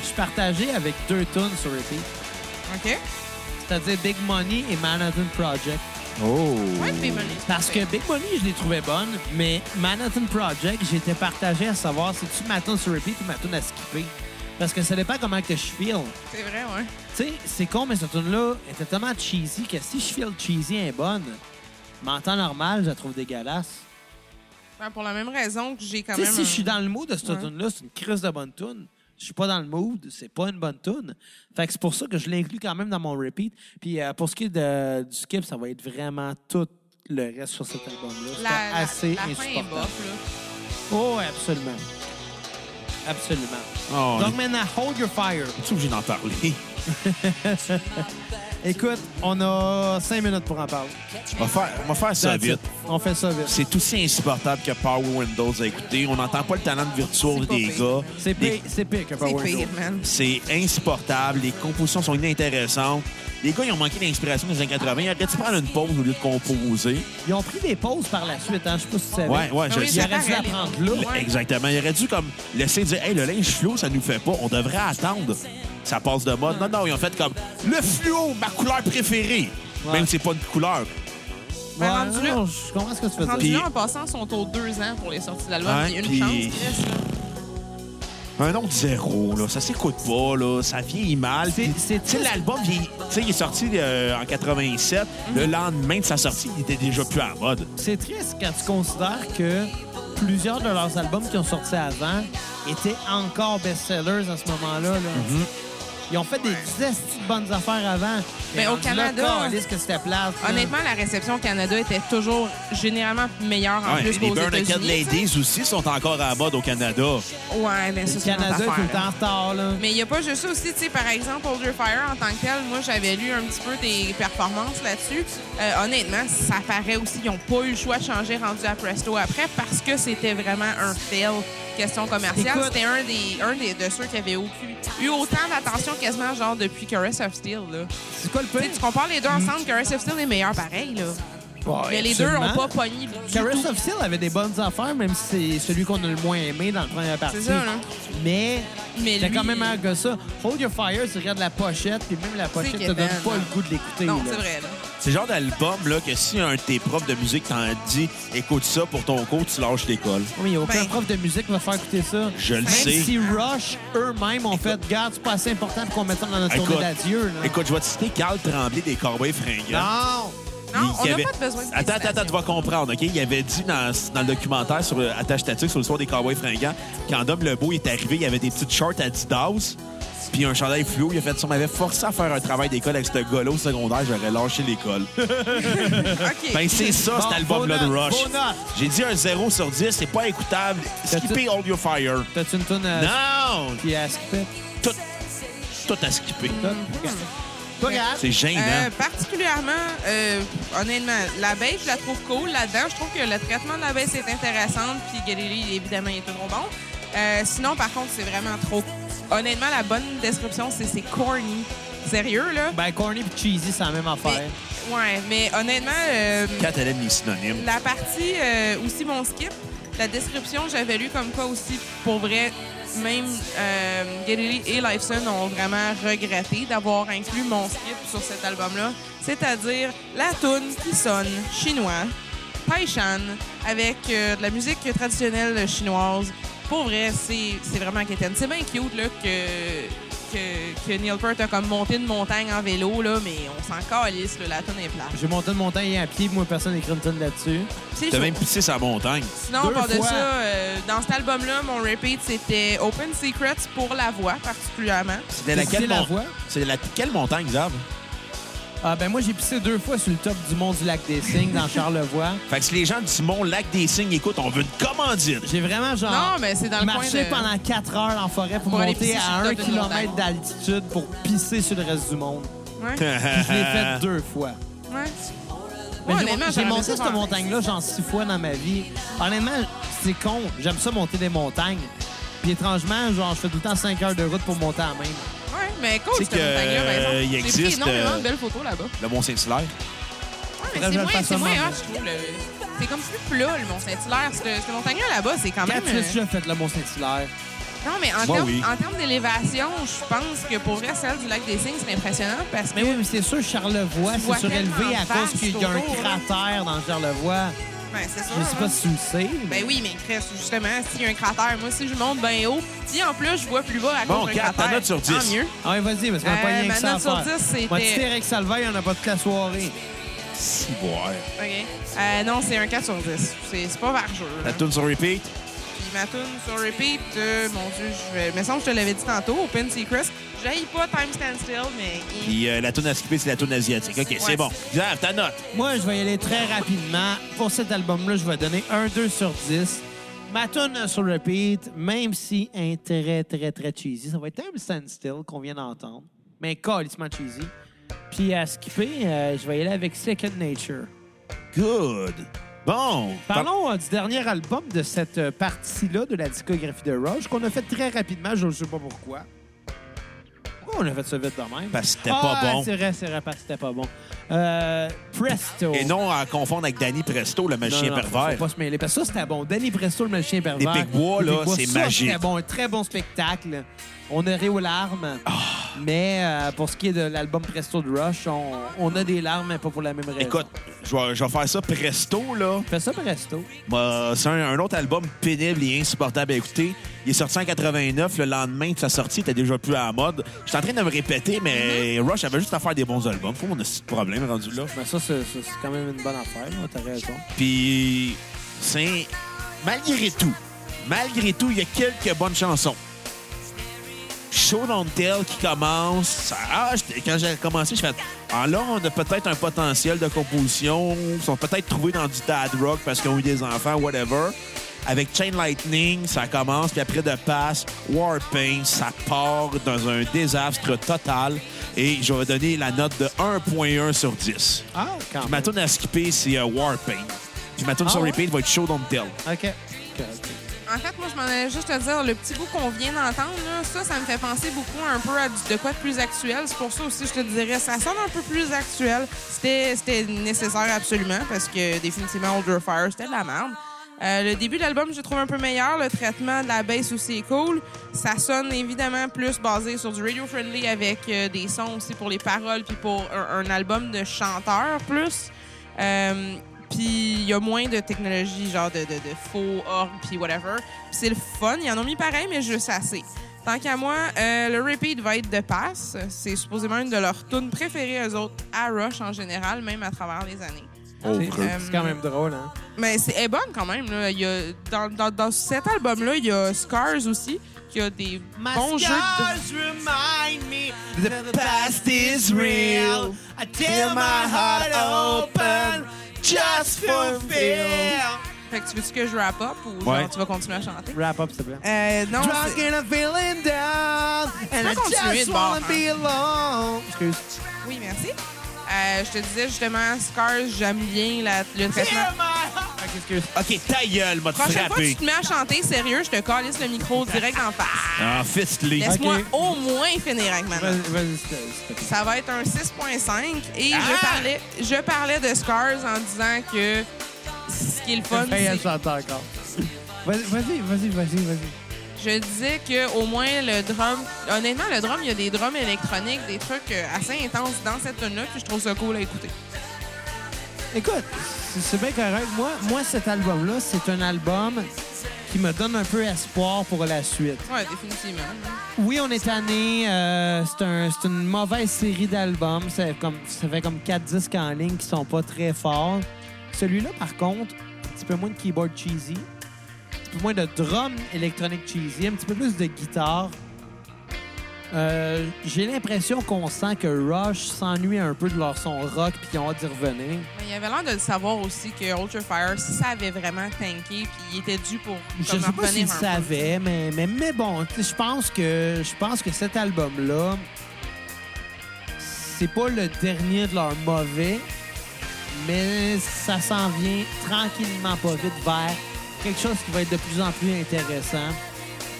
[SPEAKER 1] je suis partagé avec deux tunes sur repeat,
[SPEAKER 4] OK?
[SPEAKER 1] c'est-à-dire Big Money et Manhattan Project.
[SPEAKER 3] Oh.
[SPEAKER 4] Ouais, puis Money, c'est
[SPEAKER 1] Parce que
[SPEAKER 4] parfait.
[SPEAKER 1] Big Money, je l'ai trouvé bonne, mais Manhattan Project, j'étais partagé à savoir si tu ma tune sur repeat ou ma tune à skipper. Parce que ça dépend comment que je feel.
[SPEAKER 4] C'est vrai, ouais.
[SPEAKER 1] Tu sais, c'est con, mais cette tune-là était tellement cheesy que si je feel cheesy, elle est bonne. Mais en temps normal, je la trouve dégueulasse.
[SPEAKER 4] Ouais, Ben, pour la même raison que j'ai quand
[SPEAKER 1] Tu
[SPEAKER 4] même.
[SPEAKER 1] sais, si
[SPEAKER 4] un-
[SPEAKER 1] je suis dans le mood de cette
[SPEAKER 4] Ouais.
[SPEAKER 1] tune-là, c'est une crise de bonne tune. Je suis pas dans le mood, c'est pas une bonne tune. Fait que c'est pour ça que je l'inclus quand même dans mon repeat. Puis euh, pour ce qui est de- du skip, ça va être vraiment tout le reste sur cet album-là. C'était
[SPEAKER 4] la, la-
[SPEAKER 1] assez
[SPEAKER 4] la fin est
[SPEAKER 1] insupportable.
[SPEAKER 4] bof, là.
[SPEAKER 1] oh, ouais, absolument. Absolument.
[SPEAKER 3] Oh,
[SPEAKER 1] Donc maintenant, hold your fire.
[SPEAKER 3] tu obligé d'en parler?
[SPEAKER 1] Écoute, on a cinq minutes pour en parler.
[SPEAKER 3] On va faire, on va faire ça
[SPEAKER 1] That's it.
[SPEAKER 3] vite.
[SPEAKER 1] On fait ça vite.
[SPEAKER 3] C'est aussi insupportable que Power Windows à écouter. On n'entend pas le talent de virtuose
[SPEAKER 4] C'est pas
[SPEAKER 3] des
[SPEAKER 4] pire.
[SPEAKER 3] gars.
[SPEAKER 1] C'est
[SPEAKER 3] Des-
[SPEAKER 1] pire, c'est pire que Power
[SPEAKER 4] C'est pire,
[SPEAKER 1] Windows.
[SPEAKER 4] man.
[SPEAKER 3] C'est insupportable. Les compositions sont inintéressantes. Les gars, ils ont manqué d'inspiration des années 80. Ils auraient dû prendre une pause au lieu de composer.
[SPEAKER 1] Ils ont pris des pauses par la suite, hein? je sais pas si tu savais.
[SPEAKER 3] Ouais, ouais,
[SPEAKER 4] Ah
[SPEAKER 3] je
[SPEAKER 4] oui,
[SPEAKER 3] le
[SPEAKER 1] Ils
[SPEAKER 3] sais.
[SPEAKER 4] ça
[SPEAKER 1] auraient dû la
[SPEAKER 4] paraît,
[SPEAKER 1] prendre
[SPEAKER 4] les-
[SPEAKER 1] là.
[SPEAKER 4] Ouais.
[SPEAKER 3] Exactement. Il aurait dû comme laisser dire Hey, le linge fluo, ça nous fait pas. On devrait attendre. Ça passe de mode. Non, non, ils ont fait comme le fluo, ma couleur préférée.
[SPEAKER 1] Ouais.
[SPEAKER 3] Même si c'est pas une couleur.
[SPEAKER 4] Ben, rendu
[SPEAKER 1] Ouais,
[SPEAKER 4] là-
[SPEAKER 1] non, je comprends ce que tu veux
[SPEAKER 4] Rendu
[SPEAKER 1] dire.
[SPEAKER 4] là, en passant, ils sont aux deux ans pour les sorties d'album.
[SPEAKER 3] Ouais,
[SPEAKER 4] Il y a une
[SPEAKER 3] puis-
[SPEAKER 4] chance, Chris, là.
[SPEAKER 3] Un nom de zéro, là. Ça s'écoute pas, là. Ça vieillit mal.
[SPEAKER 1] C'est-
[SPEAKER 3] Puis,
[SPEAKER 1] c'est-
[SPEAKER 3] tu sais, l'album, vieillit- tu sais, il est sorti euh, en 87.
[SPEAKER 4] Mhm.
[SPEAKER 3] Le lendemain de sa sortie, il était déjà plus à la mode.
[SPEAKER 1] C'est triste quand tu considères que plusieurs de leurs albums qui ont sorti avant étaient encore best-sellers à ce moment-là. là.
[SPEAKER 4] Mhm.
[SPEAKER 1] Ils ont fait des dizaines de bonnes affaires avant.
[SPEAKER 4] Mais Ben, au
[SPEAKER 1] rendu là,
[SPEAKER 4] Canada-
[SPEAKER 1] câlisse que c'était plate. là.
[SPEAKER 4] Honnêtement, la réception au Canada était toujours généralement meilleure en
[SPEAKER 3] Ouais,
[SPEAKER 4] plus
[SPEAKER 3] les
[SPEAKER 4] qu'aux
[SPEAKER 3] Burn Naked
[SPEAKER 4] États-Unis. tu sais.
[SPEAKER 3] Ladies aussi sont encore à la mode au Canada.
[SPEAKER 4] Ouais, mais ça,
[SPEAKER 1] le
[SPEAKER 4] c'est une autre
[SPEAKER 1] Canada est tout le
[SPEAKER 4] affaire, là.
[SPEAKER 1] temps en retard. Là.
[SPEAKER 4] Mais il n'y a pas juste ça aussi, tu sais, par exemple, Hold Your Fire en tant que tel, moi, j'avais lu un petit peu des performances là-dessus. Euh, honnêtement, ça paraît aussi qu'ils n'ont pas eu le choix de changer rendu à Presto après parce que c'était vraiment un fail question commerciale.
[SPEAKER 1] Écoute.
[SPEAKER 4] C'était un des, un des de ceux qui avait aucun- eu autant d'attention quasiment, genre, depuis Caress of Steel, là.
[SPEAKER 1] C'est quoi le
[SPEAKER 4] Tu sais,
[SPEAKER 1] pire?
[SPEAKER 4] tu compares
[SPEAKER 1] Mm.
[SPEAKER 4] les deux ensemble, Caress of Steel est meilleur pareil, là. mais les deux n'ont
[SPEAKER 1] absolument.
[SPEAKER 4] pas pogné du
[SPEAKER 1] Caress
[SPEAKER 4] tout.
[SPEAKER 1] of Steel avait des bonnes affaires, même si c'est celui qu'on a le moins aimé dans le premier partie.
[SPEAKER 4] C'est ça, là.
[SPEAKER 1] Mais,
[SPEAKER 4] Mais
[SPEAKER 1] c'était
[SPEAKER 4] lui- euh,
[SPEAKER 1] quand même meilleur que ça. Hold Your Fire, tu regardes la pochette, puis même la pochette te donne
[SPEAKER 4] qu'étonnant.
[SPEAKER 1] pas le goût de l'écouter.
[SPEAKER 4] Non,
[SPEAKER 1] là.
[SPEAKER 4] c'est vrai, là.
[SPEAKER 3] C'est le genre d'album là, que si un de tes profs de musique t'en dit écoute ça pour ton cours, tu lâches l'école.
[SPEAKER 1] Oui, aucun
[SPEAKER 4] Ben-
[SPEAKER 1] prof de musique va faire écouter ça.
[SPEAKER 3] Je le
[SPEAKER 1] Même
[SPEAKER 3] sais.
[SPEAKER 1] si Rush, eux-mêmes, ont fait « Garde, c'est pas assez important pour qu'on mette ça dans notre
[SPEAKER 3] Écoute,
[SPEAKER 1] tournée d'adieu. là.
[SPEAKER 3] écoute, je vais te citer Carl Tremblay des Cowboys fringants.
[SPEAKER 1] Non!
[SPEAKER 4] Non,
[SPEAKER 3] Il
[SPEAKER 4] on
[SPEAKER 3] y
[SPEAKER 4] n'a
[SPEAKER 3] avait-
[SPEAKER 4] pas de besoin de
[SPEAKER 3] Attends, attends, attends, tu vas comprendre, OK? Il avait dit dans, dans le documentaire sur euh, Attache Statique sur le soir des Cowboys fringants, quand Dom Lebeau est arrivé, il avait des petites shorts Adidas, puis un chandail fluo. Il a fait ça, m'avait forcé à faire un travail d'école avec ce gars-là au secondaire, j'aurais lâché l'école.
[SPEAKER 4] OK.
[SPEAKER 3] Ben, c'est ça,
[SPEAKER 1] Bon,
[SPEAKER 3] cet album-là
[SPEAKER 1] bonne
[SPEAKER 3] de
[SPEAKER 1] note,
[SPEAKER 3] Rush.
[SPEAKER 1] bonne note.
[SPEAKER 3] J'ai dit un 0 sur 10, c'est pas écoutable.
[SPEAKER 1] T'as-tu-
[SPEAKER 3] Skipper All Your Fire.
[SPEAKER 1] T'as-tu une toune à...
[SPEAKER 3] Non!
[SPEAKER 1] Puis à skipper?
[SPEAKER 3] Tout, tout à skipper.
[SPEAKER 1] Là, Pas grave.
[SPEAKER 3] C'est gênant.
[SPEAKER 4] Euh, particulièrement, euh, honnêtement, la baisse, je la trouve cool là-dedans. Je trouve que le traitement de la baisse est intéressant, puis Galilée, évidemment, il est toujours bon. Euh, sinon, par contre, c'est vraiment trop. Honnêtement, la bonne description, c'est c'est corny. Sérieux, là?
[SPEAKER 1] Ben, corny puis cheesy, c'est la même affaire.
[SPEAKER 4] Mais- ouais, mais honnêtement, euh,
[SPEAKER 3] Kat, elle aime les synonymes.
[SPEAKER 4] la partie euh, aussi mon skip, la description, j'avais lu comme quoi aussi, pour vrai, même euh, Geddy et Lifeson ont vraiment regretté d'avoir inclus mon script sur cet album-là, c'est-à-dire la tune qui sonne chinois, Paishan, avec euh, de la musique traditionnelle chinoise. Pour vrai, c'est c'est vraiment quétaine. C'est bien cute là, que, que, que Neil Peart a comme monté une montagne en vélo, là, mais on s'en calisse, là, la tune est plate.
[SPEAKER 1] J'ai monté une montagne à pied, moi, personne n'écrit une tonne là-dessus.
[SPEAKER 4] C'est
[SPEAKER 3] T'as
[SPEAKER 4] chaud.
[SPEAKER 3] même pissé sa montagne.
[SPEAKER 4] Sinon,
[SPEAKER 1] Deux
[SPEAKER 4] par de
[SPEAKER 1] fois.
[SPEAKER 4] ça, euh, dans cet album-là, mon repeat, c'était Open Secrets pour la voix, particulièrement.
[SPEAKER 3] C'était
[SPEAKER 1] Pissé
[SPEAKER 3] laquelle
[SPEAKER 1] la
[SPEAKER 3] mon-
[SPEAKER 1] voix?
[SPEAKER 3] C'est la... Quelle montagne, Zab?
[SPEAKER 1] Ah, ben moi, j'ai pissé deux fois sur le top du mont du lac des Cygnes, dans Charlevoix.
[SPEAKER 3] Fait que si les gens du Simon, Lac des Signes, écoute, on veut une commandite.
[SPEAKER 1] J'ai vraiment, genre,
[SPEAKER 4] Non, mais c'est dans le
[SPEAKER 1] marché
[SPEAKER 4] coin de-
[SPEAKER 1] pendant 4 heures en forêt pour,
[SPEAKER 4] Pour aller
[SPEAKER 1] monter
[SPEAKER 4] pisser sur
[SPEAKER 1] à
[SPEAKER 4] le
[SPEAKER 1] 1
[SPEAKER 4] top d'une montagne.
[SPEAKER 1] km d'altitude pour pisser sur le reste du monde.
[SPEAKER 4] Ouais.
[SPEAKER 1] Puis je l'ai fait deux fois. Mais
[SPEAKER 4] Euh, ouais. Ouais,
[SPEAKER 1] j'ai-
[SPEAKER 4] honnêtement,
[SPEAKER 1] j'ai
[SPEAKER 4] j'aurais aimé
[SPEAKER 1] monté
[SPEAKER 4] ça
[SPEAKER 1] cette
[SPEAKER 4] faire.
[SPEAKER 1] montagne-là genre six fois dans ma vie. Honnêtement, c'est con. J'aime ça monter des montagnes. Puis étrangement, genre, je fais tout le temps 5 heures de route pour monter à la même.
[SPEAKER 4] Ouais, mais cool,
[SPEAKER 3] Tu sais
[SPEAKER 4] cette
[SPEAKER 3] que,
[SPEAKER 4] montagne-là, par exemple.
[SPEAKER 3] euh, il
[SPEAKER 4] J'ai pris
[SPEAKER 3] existe,
[SPEAKER 4] énormément
[SPEAKER 3] euh,
[SPEAKER 4] de belles photos là-bas. Ouais,
[SPEAKER 3] Le Mont-Saint-Hilaire.
[SPEAKER 1] Faudrait
[SPEAKER 4] mais
[SPEAKER 1] que
[SPEAKER 4] c'est
[SPEAKER 1] je le
[SPEAKER 4] moins,
[SPEAKER 1] fasse
[SPEAKER 4] c'est moins
[SPEAKER 1] seulement.
[SPEAKER 4] hot, je trouve. le- C'est comme plus plat, le Mont-Saint-Hilaire. Cette, cette montagne-là, là-bas, c'est quand
[SPEAKER 1] Quand
[SPEAKER 4] même...
[SPEAKER 1] tu
[SPEAKER 4] euh,
[SPEAKER 1] l'as déjà fait, le Mont-Saint-Hilaire?
[SPEAKER 4] Non, mais en
[SPEAKER 3] Moi,
[SPEAKER 4] termes
[SPEAKER 3] oui.
[SPEAKER 4] en termes d'élévation, je pense que pour vrai, celle du lac des Cygnes, c'est impressionnant parce que...
[SPEAKER 1] Mais oui, mais c'est sûr, Charlevoix,
[SPEAKER 4] Tu vois
[SPEAKER 1] c'est surélevé
[SPEAKER 4] tellement
[SPEAKER 1] à cause
[SPEAKER 4] vaste
[SPEAKER 1] qu'il y a un
[SPEAKER 4] autour, hein.
[SPEAKER 1] cratère dans Charlevoix.
[SPEAKER 4] Ouais, c'est sûr,
[SPEAKER 1] Je sais pas
[SPEAKER 4] hein.
[SPEAKER 1] si tu le sais. mais-
[SPEAKER 4] Ben oui, mais Chris, justement, s'il y a un cratère, moi, si je monte bien haut, si en plus je vois plus bas à
[SPEAKER 3] Bon,
[SPEAKER 4] cause d'un
[SPEAKER 3] Kat, ta
[SPEAKER 4] cratère,
[SPEAKER 3] note sur
[SPEAKER 4] tant
[SPEAKER 3] 10.
[SPEAKER 4] mieux.
[SPEAKER 1] Ah oui, vas-y, parce qu'on n'a
[SPEAKER 4] Euh,
[SPEAKER 1] pas rien
[SPEAKER 4] ma
[SPEAKER 1] que ça à
[SPEAKER 4] note sur
[SPEAKER 1] faire.
[SPEAKER 4] 10, c'était-
[SPEAKER 1] Moi, tu sais, Eric Salvaille, on n'a pas toute la soirée.
[SPEAKER 3] Si, boire.
[SPEAKER 4] OK. Euh, non, c'est un 4 sur 10. C'est c'est pas par jeu. là.
[SPEAKER 3] La tune sur repeat.
[SPEAKER 4] Puis ma tune sur repeat, euh, mon Dieu, je vais... me semble que je te l'avais dit tantôt, Open Secrets. J'aille pas Time Stand Still, mais...
[SPEAKER 3] Puis euh, la tune à skipper, c'est la tune asiatique. OK,
[SPEAKER 4] Ouais.
[SPEAKER 3] c'est bon. Zab, ta note.
[SPEAKER 1] Moi, je vais y aller très rapidement. Pour cet album-là, je vais donner un 2 sur 10. Ma tune sur repeat, même si un très, très, très cheesy, ça va être Time Standstill qu'on vient d'entendre, mais calissement cheesy. Puis à skipper, euh, je vais y aller avec Second Nature.
[SPEAKER 3] Good. Bon.
[SPEAKER 1] Parlons euh, du dernier album de cette euh, partie-là de la discographie de Rush qu'on a fait très rapidement, je ne sais pas pourquoi. Pourquoi on a fait ça vite de même?
[SPEAKER 3] Parce que c'était pas
[SPEAKER 1] Ah,
[SPEAKER 3] bon.
[SPEAKER 1] C'est vrai, c'est vrai, parce que c'était pas bon. Euh, Presto.
[SPEAKER 3] Et non à confondre avec Danny Presto, le
[SPEAKER 1] Non,
[SPEAKER 3] magicien
[SPEAKER 1] non,
[SPEAKER 3] pervers.
[SPEAKER 1] Faut pas se mêler. Parce que ça, c'était bon. Danny Presto, le magicien pervers.
[SPEAKER 3] Les Pic-Bois, là,
[SPEAKER 1] Pic-Bois,
[SPEAKER 3] c'est
[SPEAKER 1] ça,
[SPEAKER 3] magique.
[SPEAKER 1] C'était bon, un très bon spectacle. On a ri aux larmes.
[SPEAKER 3] Ah.
[SPEAKER 1] Mais euh, pour ce qui est de l'album Presto de Rush, on, on a des larmes, mais pas pour la même raison.
[SPEAKER 3] Écoute, je vais, je vais faire ça presto, là.
[SPEAKER 1] Fais ça, Presto.
[SPEAKER 3] Bah, c'est un, un autre album pénible et insupportable à écouter. Il est sorti en 89. Le lendemain de sa sortie, il était déjà plus à la mode. Je suis en train de me répéter, mais
[SPEAKER 1] Mm-hmm.
[SPEAKER 3] Rush avait juste à faire des bons albums. Faut qu'on a ce problème rendu là.
[SPEAKER 1] Mais Ben, ça, c'est c'est- c'est quand même une bonne affaire. là, T'as raison.
[SPEAKER 3] Puis, c'est. Malgré tout, malgré tout, il y a quelques bonnes chansons. Show Don't Tell qui commence. ça- ah, j'étais- quand j'ai commencé, je fais. Ah là, on a peut-être un potentiel de composition. Ils sont peut-être trouvés dans du dad rock parce qu'ils ont eu des enfants, whatever. Avec Chain Lightning, ça commence, puis après de passe, Warpaint, ça part dans un désastre total. Et je vais donner la note de 1.1 sur 10.
[SPEAKER 1] Ah, quand
[SPEAKER 3] Puis
[SPEAKER 1] même.
[SPEAKER 3] ma tune à skipper, c'est euh, Warpaint. Puis ma tune
[SPEAKER 1] Ah
[SPEAKER 3] sur
[SPEAKER 1] ouais?
[SPEAKER 3] repeat va être Show Don't Tell.
[SPEAKER 1] OK.
[SPEAKER 4] En fait, moi, je m'en allais juste te dire, le petit bout qu'on vient d'entendre, là, ça, ça me fait penser beaucoup un peu à du- de quoi de plus actuel. C'est pour ça aussi, je te dirais, ça sonne un peu plus actuel. C'était c'était nécessaire absolument parce que définitivement, Older Fire, c'était de la merde. Euh, le début de l'album, je le trouve un peu meilleur. Le traitement de la bass aussi est cool. Ça sonne évidemment plus basé sur du radio friendly avec euh, des sons aussi pour les paroles puis pour un, un album de chanteur plus. Euh, puis il y a moins de technologie, genre de, de, de faux orgues, puis whatever. Puis c'est le fun. Ils en ont mis pareil, mais juste assez. Tant qu'à moi, euh, le repeat va être de passe. C'est supposément une de leurs tunes préférées, eux autres, à Rush en général, même à travers les années.
[SPEAKER 1] C'est c'est quand même drôle, hein?
[SPEAKER 4] Mais c'est elle est bonne quand même. Là. Il y a, dans, dans, dans cet album-là, il y a Scars aussi, qui a des bons jeux de...
[SPEAKER 1] remind me
[SPEAKER 3] the past is real.
[SPEAKER 1] I
[SPEAKER 3] Tear my heart open just for fear.
[SPEAKER 4] Fait que tu veux-tu que je wrap up ou genre,
[SPEAKER 3] Ouais.
[SPEAKER 4] tu vas continuer à chanter?
[SPEAKER 1] Wrap up, s'il te plaît.
[SPEAKER 4] Euh, non, c'est-
[SPEAKER 1] Drunk and I'm feeling down and I
[SPEAKER 4] peux continuer
[SPEAKER 1] just
[SPEAKER 4] de bord,
[SPEAKER 1] wanna
[SPEAKER 4] hein.
[SPEAKER 1] be alone. Excuse.
[SPEAKER 4] Oui, merci. Euh, je te disais justement, Scars, j'aime bien la- le traitement.
[SPEAKER 1] Ok, excuse.
[SPEAKER 3] OK, ta gueule, m'a te
[SPEAKER 4] Prochaine fois que tu
[SPEAKER 3] frappé.
[SPEAKER 4] te mets à chanter sérieux, je te calisse le micro direct en face.
[SPEAKER 3] Ah, fist-lé.
[SPEAKER 4] Laisse-moi
[SPEAKER 1] Ok.
[SPEAKER 4] au moins finir avec ma note.
[SPEAKER 1] Vas-y, vas-y, s'il te plaît.
[SPEAKER 4] Ça va être un 6.5 et
[SPEAKER 3] Ah!
[SPEAKER 4] je, parlais, je parlais de Scars en disant que ce qui est le fun,
[SPEAKER 1] Hey, elle
[SPEAKER 4] c'est
[SPEAKER 1] chante encore. Vas-y, vas-y, vas-y, vas-y. vas-y.
[SPEAKER 4] Je disais que au moins le drum, honnêtement le drum, il y a des drums électroniques, des trucs euh, assez intenses dans cette tune là, puis je trouve ça cool à écouter.
[SPEAKER 1] Écoute, c'est- c'est bien correct. Moi, moi cet album-là, c'est un album qui me donne un peu espoir pour la suite.
[SPEAKER 4] Ouais, définitivement.
[SPEAKER 1] Oui, on est tanné. euh, c'est un- c'est une mauvaise série d'albums. Ça, fait comme- ça fait comme 4 disques en ligne qui sont pas très forts. Celui-là, par contre, un petit peu moins de keyboard cheesy, un petit peu moins de drum électronique cheesy, un petit peu plus de guitare. Euh, J'ai l'impression qu'on sent que Rush s'ennuie un peu de leur son rock puis qu'ils ont hâte d'y revenir.
[SPEAKER 4] Mais il avait l'air de le savoir aussi que Ultra Fire savait vraiment tanker, puis il était dû pour
[SPEAKER 1] Je
[SPEAKER 4] comme,
[SPEAKER 1] sais
[SPEAKER 4] en
[SPEAKER 1] pas s'il
[SPEAKER 4] revenir un peu.
[SPEAKER 1] savait, mais, mais, mais bon, tu sais, je pense que je pense que cet album-là, c'est pas le dernier de leur mauvais, mais ça s'en vient tranquillement pas vite vers quelque chose qui va être de plus en plus intéressant.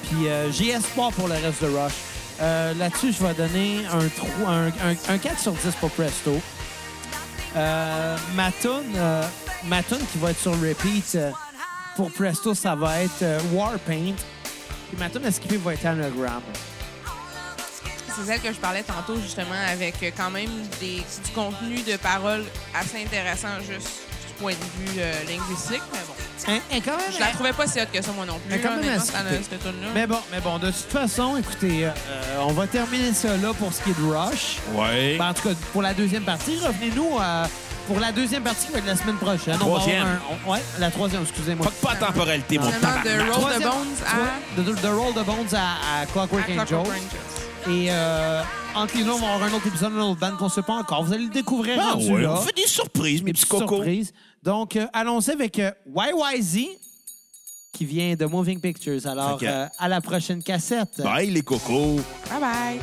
[SPEAKER 1] Puis euh, j'ai espoir pour le reste de Rush. Euh, Là-dessus, je vais donner un, trou- un, un- un 4 sur 10 pour Presto. Euh, ma tune, euh, ma tune qui va être sur repeat euh, pour Presto, ça va être euh, Warpaint. Puis ma tune à skipper va être Anagram.
[SPEAKER 4] C'est celle que je parlais tantôt, justement, avec euh, quand même des, du contenu de paroles assez intéressant, juste du point de vue euh, linguistique. Mais bon,
[SPEAKER 1] Hein, hein, quand même,
[SPEAKER 4] je la trouvais pas si hot que ça, moi non plus.
[SPEAKER 1] Mais quand
[SPEAKER 4] là,
[SPEAKER 1] même
[SPEAKER 4] honnêtement,
[SPEAKER 1] à
[SPEAKER 4] ça,
[SPEAKER 1] skipper.
[SPEAKER 4] là, cette tune-là.
[SPEAKER 1] Mais bon, mais bon, de toute façon, écoutez, euh, on va terminer ça là pour ce qui est de Rush.
[SPEAKER 3] Ouais.
[SPEAKER 1] Ben, en tout cas, pour la deuxième partie, revenez-nous euh, pour la deuxième partie qui va être la semaine prochaine. On va avoir
[SPEAKER 3] Troisième.
[SPEAKER 1] un- on- ouais, la troisième, excusez-moi.
[SPEAKER 3] Fuck pas la temporalité, mon
[SPEAKER 4] Finalement, de
[SPEAKER 3] tabarnak.
[SPEAKER 4] Roll the
[SPEAKER 1] Troisième-
[SPEAKER 4] Bones à,
[SPEAKER 1] De, de- de Roll the Bones à, à
[SPEAKER 4] à
[SPEAKER 1] Clockwork
[SPEAKER 4] Clockwork
[SPEAKER 1] Angel.
[SPEAKER 4] Angels.
[SPEAKER 1] Et euh, entre les deux, on va avoir un autre épisode d'un autre band qu'on sait pas encore. Vous allez le découvrir
[SPEAKER 3] Ah
[SPEAKER 1] rendu
[SPEAKER 3] ouais,
[SPEAKER 1] là.
[SPEAKER 3] on fait des surprises, mes
[SPEAKER 1] Des
[SPEAKER 3] petits
[SPEAKER 1] petites
[SPEAKER 3] cocos.
[SPEAKER 1] surprises. Donc, euh, allons-y avec euh, YYZ qui vient de Moving Pictures. Alors,
[SPEAKER 3] Fait que-
[SPEAKER 1] euh, à la prochaine cassette.
[SPEAKER 3] Bye, les cocos.
[SPEAKER 4] Bye bye!